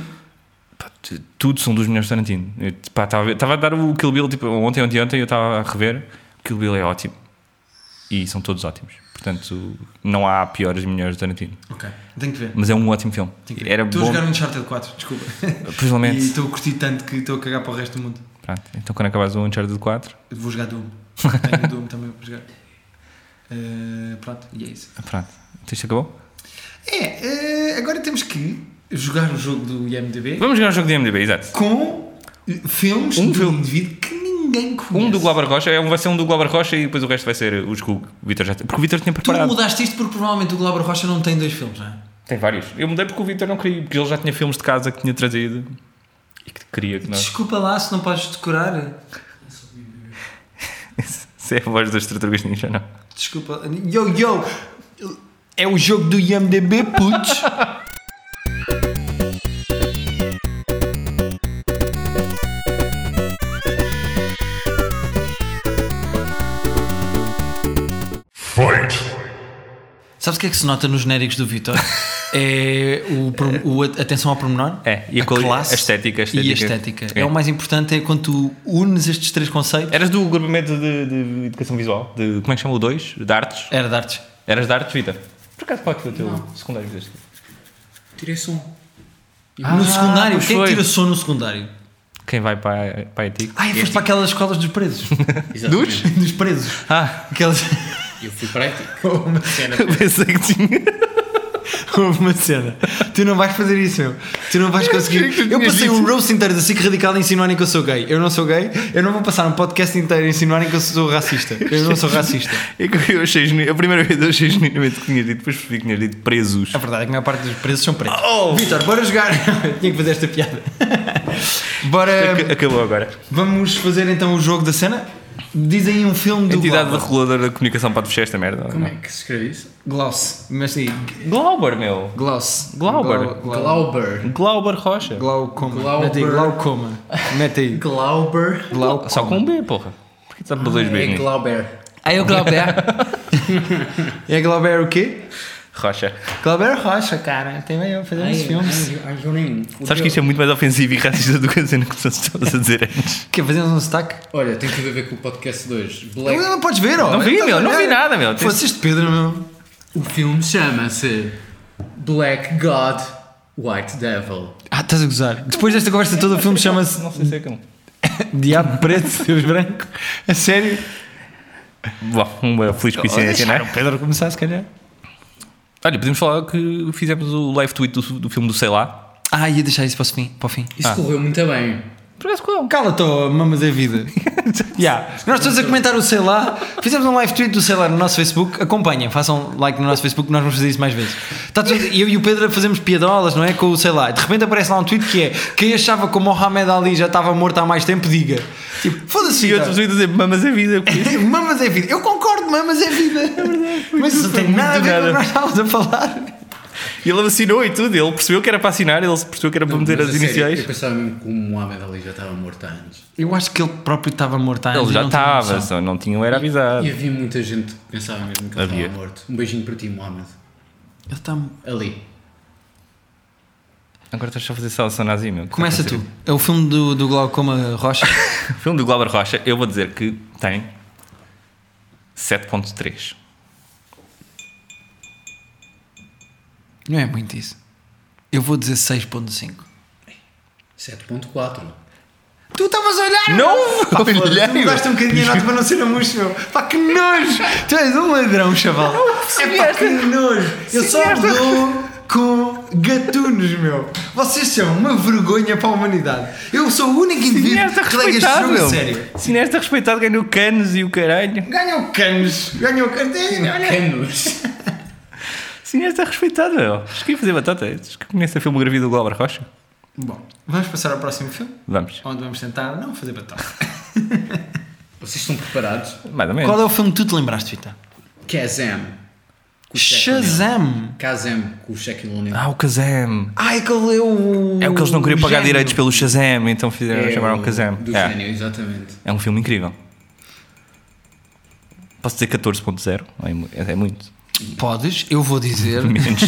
[SPEAKER 2] pá, t- tudo são dos melhores Tarantino. Estava a dar o Kill Bill tipo, ontem, ontem, ontem, eu estava a rever. O Kill Bill é ótimo. E são todos ótimos. Portanto, não há piores e melhores Tarantino.
[SPEAKER 1] Ok. Tenho que ver.
[SPEAKER 2] Mas é um ótimo filme.
[SPEAKER 1] Tenho que ver.
[SPEAKER 2] Era
[SPEAKER 1] estou
[SPEAKER 2] bom.
[SPEAKER 1] a jogar um Uncharted 4, desculpa. e
[SPEAKER 2] Principalmente.
[SPEAKER 1] estou a curtir tanto que estou a cagar para o resto do mundo.
[SPEAKER 2] Pronto, então, quando acabares o Uncharted 4,
[SPEAKER 1] Vou jogar Doom. Tenho Doom também para jogar. Eh, pronto, e é isso.
[SPEAKER 2] pronto. Então isto acabou?
[SPEAKER 1] É, eh, agora temos que jogar o jogo do IMDB
[SPEAKER 2] Vamos jogar um jogo de MDB, exato.
[SPEAKER 1] com eh, filmes
[SPEAKER 2] Um
[SPEAKER 1] de
[SPEAKER 2] filme.
[SPEAKER 1] um indivíduo que ninguém conhece.
[SPEAKER 2] Um do Glauber Rocha, é um, vai ser um do Glauber Rocha e depois o resto vai ser os que o Vitor já tem. Porque o Vitor tinha
[SPEAKER 1] Tu
[SPEAKER 2] preparado.
[SPEAKER 1] mudaste isto porque provavelmente o Glauber Rocha não tem dois filmes, não é?
[SPEAKER 2] Tem vários. Eu mudei porque o Vitor não queria, porque ele já tinha filmes de casa que tinha trazido e que queria que nós.
[SPEAKER 1] Desculpa lá se não podes decorar.
[SPEAKER 2] Se é a voz das tartarugas ninja, não.
[SPEAKER 1] Desculpa. Yo, yo! É o jogo do IMDB, putz! Sabes o que é que se nota nos genéricos do Vitor? É o, pro- o at- atenção ao pormenor,
[SPEAKER 2] É, e a quali- a estética, a
[SPEAKER 1] e a
[SPEAKER 2] estética.
[SPEAKER 1] estética. É.
[SPEAKER 2] É.
[SPEAKER 1] o mais importante é quando tu unes estes três conceitos.
[SPEAKER 2] Eras do agrupamento de, de educação visual, de como é que chama o 2? De artes?
[SPEAKER 1] Era de artes.
[SPEAKER 2] Eras de artes, Vitor? Por acaso qual é que foi o teu secundário deste?
[SPEAKER 3] Tirei um. som.
[SPEAKER 2] Ah.
[SPEAKER 1] no secundário,
[SPEAKER 2] pois
[SPEAKER 1] quem é que
[SPEAKER 2] foi.
[SPEAKER 1] tira som no secundário?
[SPEAKER 2] Quem vai para, a- para a ETIC?
[SPEAKER 1] Ai, Ah, é, foste para aquelas escolas dos presos.
[SPEAKER 3] Exatamente.
[SPEAKER 1] dos presos.
[SPEAKER 2] Ah,
[SPEAKER 1] Aquelas...
[SPEAKER 3] Eu fui para a Ética.
[SPEAKER 1] Houve uma-
[SPEAKER 3] Cena.
[SPEAKER 2] pensei que tinha.
[SPEAKER 1] Houve uma cena. Tu não vais fazer isso, meu. Tu não vais
[SPEAKER 2] achei que
[SPEAKER 1] conseguir.
[SPEAKER 2] tu
[SPEAKER 1] Eu
[SPEAKER 2] tinhas
[SPEAKER 1] passei um roast inteiro da SIC Radical a insinuarem que eu sou gay. Eu não sou gay. Eu não vou passar um podcast inteiro a insinuarem que eu sou racista. Eu não sou racista.
[SPEAKER 2] É que eu achei genu- A primeira vez eu achei genuinamente que tinhas dito, depois percebi que tinhas dito presos.
[SPEAKER 1] A verdade é que a maior parte dos presos são pretos.
[SPEAKER 2] Oh!
[SPEAKER 1] Vitor, bora jogar. Tinha que fazer esta piada. bora.
[SPEAKER 2] Ac- Acabou agora.
[SPEAKER 1] é Vamos fazer então o jogo da cena. Dizem um filme do.
[SPEAKER 2] Entidade
[SPEAKER 1] Glauber.
[SPEAKER 2] reguladora da comunicação para fechar esta merda.
[SPEAKER 3] Como
[SPEAKER 2] não?
[SPEAKER 3] é que se escreve isso?
[SPEAKER 1] Gloss. Mas aí.
[SPEAKER 2] Glauber, meu.
[SPEAKER 1] Gloss.
[SPEAKER 2] Glauber.
[SPEAKER 1] Glauber.
[SPEAKER 3] Glauber.
[SPEAKER 2] Glauber Rocha.
[SPEAKER 1] Glaucoma.
[SPEAKER 3] Glauber.
[SPEAKER 1] Mete aí, glaucoma. Mete aí.
[SPEAKER 3] Glauber.
[SPEAKER 1] Glaucoma.
[SPEAKER 2] Só com um B, porra. Por que está
[SPEAKER 3] Ah,
[SPEAKER 2] por dois B?
[SPEAKER 3] É Glauber.
[SPEAKER 1] É o Glauber. é Glauber o quê?
[SPEAKER 2] Rocha.
[SPEAKER 1] Clauber Rocha, cara. Tem aí a fazer uns filmes.
[SPEAKER 3] Ai, Juninho. o
[SPEAKER 2] Sabes que
[SPEAKER 3] teu-
[SPEAKER 2] isto é muito mais ofensivo e racista do que a cena que tu estavas a dizer antes.
[SPEAKER 1] Quer fazer um sotaque?
[SPEAKER 2] é-
[SPEAKER 3] Olha, tem tudo a ver com o podcast 2. Black.
[SPEAKER 1] Não, não podes ver, ó.
[SPEAKER 2] Não vi,
[SPEAKER 1] Estás a
[SPEAKER 2] meu, não
[SPEAKER 1] olhar.
[SPEAKER 2] vi nada, meu.
[SPEAKER 1] Fosse este Pedro, meu.
[SPEAKER 3] O filme chama-se Black God, White Devil.
[SPEAKER 1] Ah, estás a gozar. Depois desta conversa toda, o filme chama-se
[SPEAKER 2] Não sei se é que não.
[SPEAKER 1] Diabo Preto, Deus Branco. A sério?
[SPEAKER 2] Bom, uma feliz coincidência, não
[SPEAKER 1] Deixar
[SPEAKER 2] é?
[SPEAKER 1] o Pedro começar, se calhar.
[SPEAKER 2] Olha, podemos falar que fizemos o live tweet do, do filme do Sei Lá.
[SPEAKER 1] Ah, ia deixar isso para o fim. Para o fim.
[SPEAKER 3] Isso
[SPEAKER 2] Ah.
[SPEAKER 3] correu muito bem.
[SPEAKER 2] Parece qual?
[SPEAKER 1] Cala-te, oh, mamas é vida. yeah. Nós todos a comentar o sei lá. Fizemos um live tweet do sei lá no nosso Facebook. Acompanhem, façam like no nosso Facebook, nós vamos fazer isso mais vezes. Tá tudo- eu e o Pedro fazemos piadolas, não é? Com o sei lá. De repente aparece lá um tweet que é: quem achava que o Mohamed Ali já estava morto há mais tempo, diga. Tipo, foda-se.
[SPEAKER 2] E
[SPEAKER 1] vida.
[SPEAKER 2] outros tweets a dizer, mamas a vida.
[SPEAKER 1] mamas é vida. Eu concordo, mamas é vida. Mas isso não tem
[SPEAKER 2] muito
[SPEAKER 1] nada a ver com o
[SPEAKER 2] nada.
[SPEAKER 1] que nós estávamos a falar.
[SPEAKER 2] E ele assinou e tudo. Ele percebeu que era para assinar, ele percebeu que era para meter
[SPEAKER 3] Mas,
[SPEAKER 2] as
[SPEAKER 3] a sério,
[SPEAKER 2] iniciais.
[SPEAKER 3] Eu pensava mesmo que o Mohamed Ali já estava morto há anos.
[SPEAKER 1] Eu acho que ele próprio estava morto há anos
[SPEAKER 2] Ah, Ele
[SPEAKER 1] e
[SPEAKER 2] já
[SPEAKER 1] não tinha
[SPEAKER 2] estava,
[SPEAKER 1] noção.
[SPEAKER 2] só não tinham era avisado.
[SPEAKER 3] E havia muita gente que pensava mesmo que ele
[SPEAKER 2] Havia.
[SPEAKER 3] estava morto. Um beijinho para ti, Mohamed.
[SPEAKER 1] Ele tá- está.
[SPEAKER 3] Ali.
[SPEAKER 2] Agora estás só a fazer salsa nazi, meu.
[SPEAKER 1] Começa tu. É o filme do, do Glaucoma Rocha.
[SPEAKER 2] O filme do Glauber Rocha, eu vou dizer que tem 7.3.
[SPEAKER 1] Não é muito isso. Eu vou dizer 6.5.
[SPEAKER 3] 7.4.
[SPEAKER 1] Tu estavas a olhar!
[SPEAKER 2] Não!
[SPEAKER 1] Pá, foda-se, tu mudaste um bocadinho a nota para não ser a murcho, meu. Pá, que nojo! Tu és um ladrão, chaval. é pá, que nojo! Eu só dou com gatunos, meu. Vocês são uma vergonha para a humanidade. Eu sou o único indivíduo
[SPEAKER 2] Cineasta
[SPEAKER 1] que leva este
[SPEAKER 2] respeitado,
[SPEAKER 1] jogo a
[SPEAKER 2] meu.
[SPEAKER 1] sério.
[SPEAKER 2] Cineasta respeitado ganhou canos e o caralho.
[SPEAKER 1] Ganham canos, ganham canos. Olha.
[SPEAKER 3] Canos.
[SPEAKER 2] Cineasta respeitado, meu. Acho que ia fazer batata. Acho que conhece a filmografia do Glauber Rocha.
[SPEAKER 1] Bom, vamos passar ao próximo filme,
[SPEAKER 2] Vamos.
[SPEAKER 1] onde vamos tentar não fazer batata.
[SPEAKER 3] Vocês estão preparados?
[SPEAKER 2] Mais ou menos.
[SPEAKER 1] Qual é o filme que tu te lembraste, Vita?
[SPEAKER 3] Kazam. Com o
[SPEAKER 1] é
[SPEAKER 3] Shaquille O'Neal.
[SPEAKER 1] Shazam!
[SPEAKER 3] Kazam com o Shaquille O'Neal.
[SPEAKER 2] Ah, o Kazam.
[SPEAKER 1] Ai, aquele é o.
[SPEAKER 2] É o que eles não queriam pagar
[SPEAKER 1] gênio.
[SPEAKER 2] direitos pelo Shazam, então fizeram, chamaram
[SPEAKER 3] o-
[SPEAKER 2] Kazam.
[SPEAKER 3] Do
[SPEAKER 2] É.
[SPEAKER 3] gênio, exatamente.
[SPEAKER 2] É um filme incrível. Posso dizer 14.0? É mu- É, é muito.
[SPEAKER 1] Podes, eu vou dizer.
[SPEAKER 2] Menos.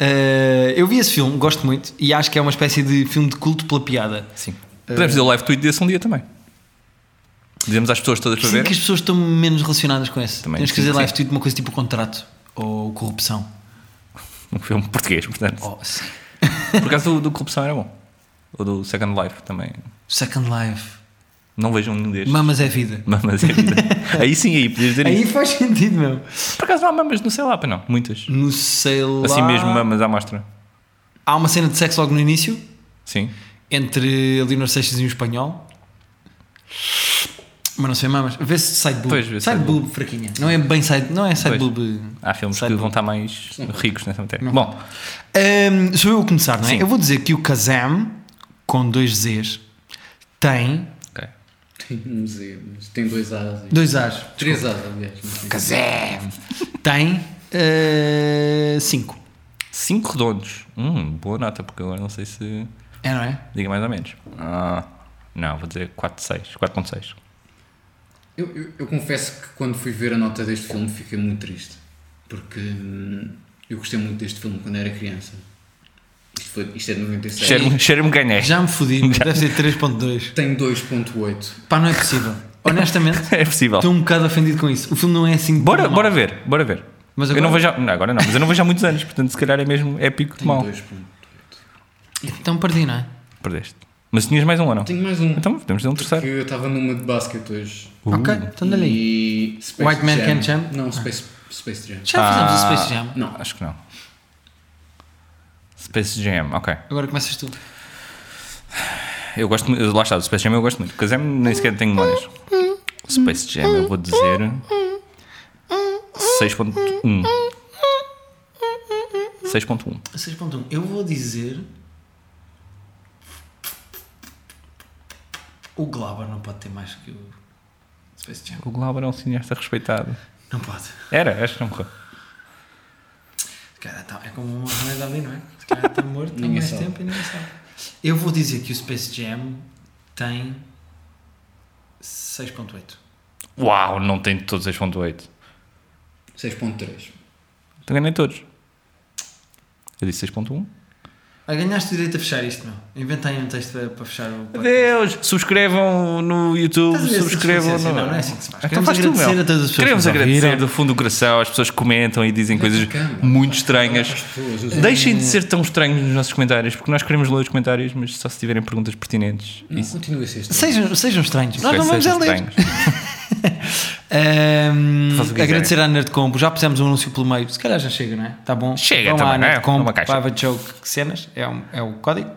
[SPEAKER 1] Eh, eu vi esse filme, gosto muito, e acho que é uma espécie de filme de culto pela piada.
[SPEAKER 2] Sim.
[SPEAKER 1] Eh,
[SPEAKER 2] Podemos fazer o live tweet desse um dia também. Dizemos às pessoas todas para
[SPEAKER 1] Sinto
[SPEAKER 2] ver.
[SPEAKER 1] que as pessoas estão menos relacionadas com esse.
[SPEAKER 2] Também
[SPEAKER 1] Temos que
[SPEAKER 2] sinto
[SPEAKER 1] fazer
[SPEAKER 2] que
[SPEAKER 1] live
[SPEAKER 2] sim.
[SPEAKER 1] tweet de uma coisa tipo contrato ou corrupção.
[SPEAKER 2] Um filme português, portanto.
[SPEAKER 1] Oh, sim.
[SPEAKER 2] Por acaso do, do Corrupção era bom. Ou do Second Life também.
[SPEAKER 1] Second Life.
[SPEAKER 2] Não vejam nenhum destes.
[SPEAKER 1] Mamas é vida.
[SPEAKER 2] Mamas é vida. aí sim, aí podias dizer
[SPEAKER 1] Aí
[SPEAKER 2] isso.
[SPEAKER 1] faz sentido, meu.
[SPEAKER 2] Por acaso não há mamas no sei lá, pá, não. Muitas.
[SPEAKER 1] No sei lá.
[SPEAKER 2] Assim mesmo, mamas à mostra.
[SPEAKER 1] Há uma cena de sexo logo no início
[SPEAKER 2] Sim.
[SPEAKER 1] entre a Leonor Seixas e um espanhol. Mas não sei mamas. Vê se side boob.
[SPEAKER 2] Pois, vê
[SPEAKER 1] side,
[SPEAKER 2] side
[SPEAKER 1] boob, fraquinha. Não é bem side, não é side
[SPEAKER 2] Pois.
[SPEAKER 1] boob.
[SPEAKER 2] Há filmes
[SPEAKER 1] Sabe
[SPEAKER 2] que
[SPEAKER 1] bom.
[SPEAKER 2] vão estar mais ricos nessa matéria. Bom,
[SPEAKER 1] Ahm, sou eu a começar, não é?
[SPEAKER 2] Sim.
[SPEAKER 1] Eu vou dizer que o Kazam, com dois Zs, tem
[SPEAKER 2] ok.
[SPEAKER 3] Tem um Z, mas tem dois A's. e-
[SPEAKER 1] dois As.
[SPEAKER 3] Três A's, aliás. não sei.
[SPEAKER 1] Kazam tem ah, cinco.
[SPEAKER 2] Cinco redondos. Hum, boa nota, porque agora não sei se.
[SPEAKER 1] É, não é?
[SPEAKER 2] Diga mais ou menos. Ah, não, vou dizer 4.6. 4.6.
[SPEAKER 3] Eu, eu, eu confesso que quando fui ver a nota deste filme fiquei muito triste. Porque hum, eu gostei muito deste filme quando era criança. Isto, foi, isto é de 97.
[SPEAKER 2] Cheiro-me- Cheiro-me ganhei.
[SPEAKER 1] Já me fodi, mas deve ser 3.2.
[SPEAKER 3] Tem 2.8.
[SPEAKER 1] Pá, não é possível. Honestamente,
[SPEAKER 2] É possível.
[SPEAKER 1] estou um bocado ofendido com isso. O filme não é assim. tão
[SPEAKER 2] Bora,
[SPEAKER 1] mau.
[SPEAKER 2] bora ver, bora ver.
[SPEAKER 1] Mas
[SPEAKER 2] Eu não
[SPEAKER 1] agora-
[SPEAKER 2] vejo há- não, agora não, mas eu não vejo há muitos anos, portanto se calhar é mesmo épico de
[SPEAKER 3] Tem
[SPEAKER 2] mal.
[SPEAKER 3] 2.8.
[SPEAKER 1] Então perdi, não é?
[SPEAKER 2] Perdeste. Mas tinhas mais um ou não?
[SPEAKER 3] Tenho mais um.
[SPEAKER 2] Então podemos ter um
[SPEAKER 3] que
[SPEAKER 2] terceiro.
[SPEAKER 3] eu estava numa de basquete hoje.
[SPEAKER 2] Uh.
[SPEAKER 1] Ok, então dá ali.
[SPEAKER 3] E Space
[SPEAKER 1] White Man Ah. Can't Jump?
[SPEAKER 3] Não, Space, Space Jam.
[SPEAKER 1] Já fizemos
[SPEAKER 2] Ah.
[SPEAKER 1] o Space Jam.
[SPEAKER 3] Não.
[SPEAKER 2] Acho que não. Space Jam, ok.
[SPEAKER 1] Agora começas tu.
[SPEAKER 2] Eu gosto muito, lá está, do Space Jam eu gosto muito. Kazam nem sequer tenho memórias. Space Jam eu vou dizer 6.1. 6.1.
[SPEAKER 1] 6.1. Eu vou dizer. O Glauber não pode ter mais que o Space Jam.
[SPEAKER 2] O Glauber é um cineasta respeitado.
[SPEAKER 1] Não pode.
[SPEAKER 2] Era, acho que não morreu.
[SPEAKER 1] Cara, tá- é como uma Mohamed Ali, não é? Se calhar está morto há
[SPEAKER 3] Ninguém
[SPEAKER 1] mais
[SPEAKER 3] sabe.
[SPEAKER 1] tempo e ninguém sabe. Eu vou dizer que o Space Jam tem 6.8.
[SPEAKER 2] Uau, não tem de todos 6.8.
[SPEAKER 3] 6.3.
[SPEAKER 2] Então ganhei todos. Eu disse 6.1.
[SPEAKER 1] Ah, ganhaste o direito a fechar isto, meu. Inventa aí um texto para- para fechar o podcast.
[SPEAKER 2] Adeus! Subscrevam no YouTube,
[SPEAKER 1] Estás a ver essa
[SPEAKER 2] subscrevam
[SPEAKER 1] deficiência?
[SPEAKER 2] no.
[SPEAKER 1] Não, não é assim que se faz.
[SPEAKER 2] Então
[SPEAKER 1] Queremos
[SPEAKER 2] faz tu,
[SPEAKER 1] agradecer
[SPEAKER 2] meu.
[SPEAKER 1] a todas as pessoas
[SPEAKER 2] Queremos
[SPEAKER 1] que nos
[SPEAKER 2] agradecer
[SPEAKER 1] ouviram.
[SPEAKER 2] do fundo do coração, as pessoas comentam e dizem coisas
[SPEAKER 3] cama.
[SPEAKER 2] muito estranhas.
[SPEAKER 3] As pessoas, os
[SPEAKER 2] Deixem de ser tão estranhos nos nossos comentários, porque nós queremos ler os comentários, mas só se tiverem perguntas pertinentes.
[SPEAKER 3] Não, continua a ser este.
[SPEAKER 1] Sejam, sejam estranhos. Nós
[SPEAKER 2] Espero
[SPEAKER 1] não
[SPEAKER 2] que
[SPEAKER 1] vamos
[SPEAKER 2] sejam
[SPEAKER 1] a ler.
[SPEAKER 2] estranhos.
[SPEAKER 1] Ahm,
[SPEAKER 2] Faz o que
[SPEAKER 1] agradecer à Nerdcombo. Já pusemos um anúncio pelo meio. Se calhar já chega, não é? Tá bom.
[SPEAKER 2] Chega
[SPEAKER 1] Vão lá à
[SPEAKER 2] também, não é?
[SPEAKER 1] Nerdcombo,
[SPEAKER 2] É uma caixa.
[SPEAKER 1] Private Joke Cenas. É, um- é o código.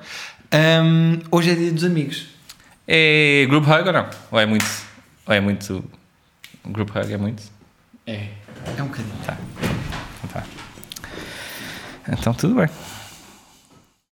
[SPEAKER 1] Ahm, hoje é dia dos amigos.
[SPEAKER 2] É group hug ou não? Ou é muito. Ou é muito. Group hug é muito?
[SPEAKER 3] É.
[SPEAKER 1] É um bocadinho.
[SPEAKER 2] Então tá. Então tudo bem.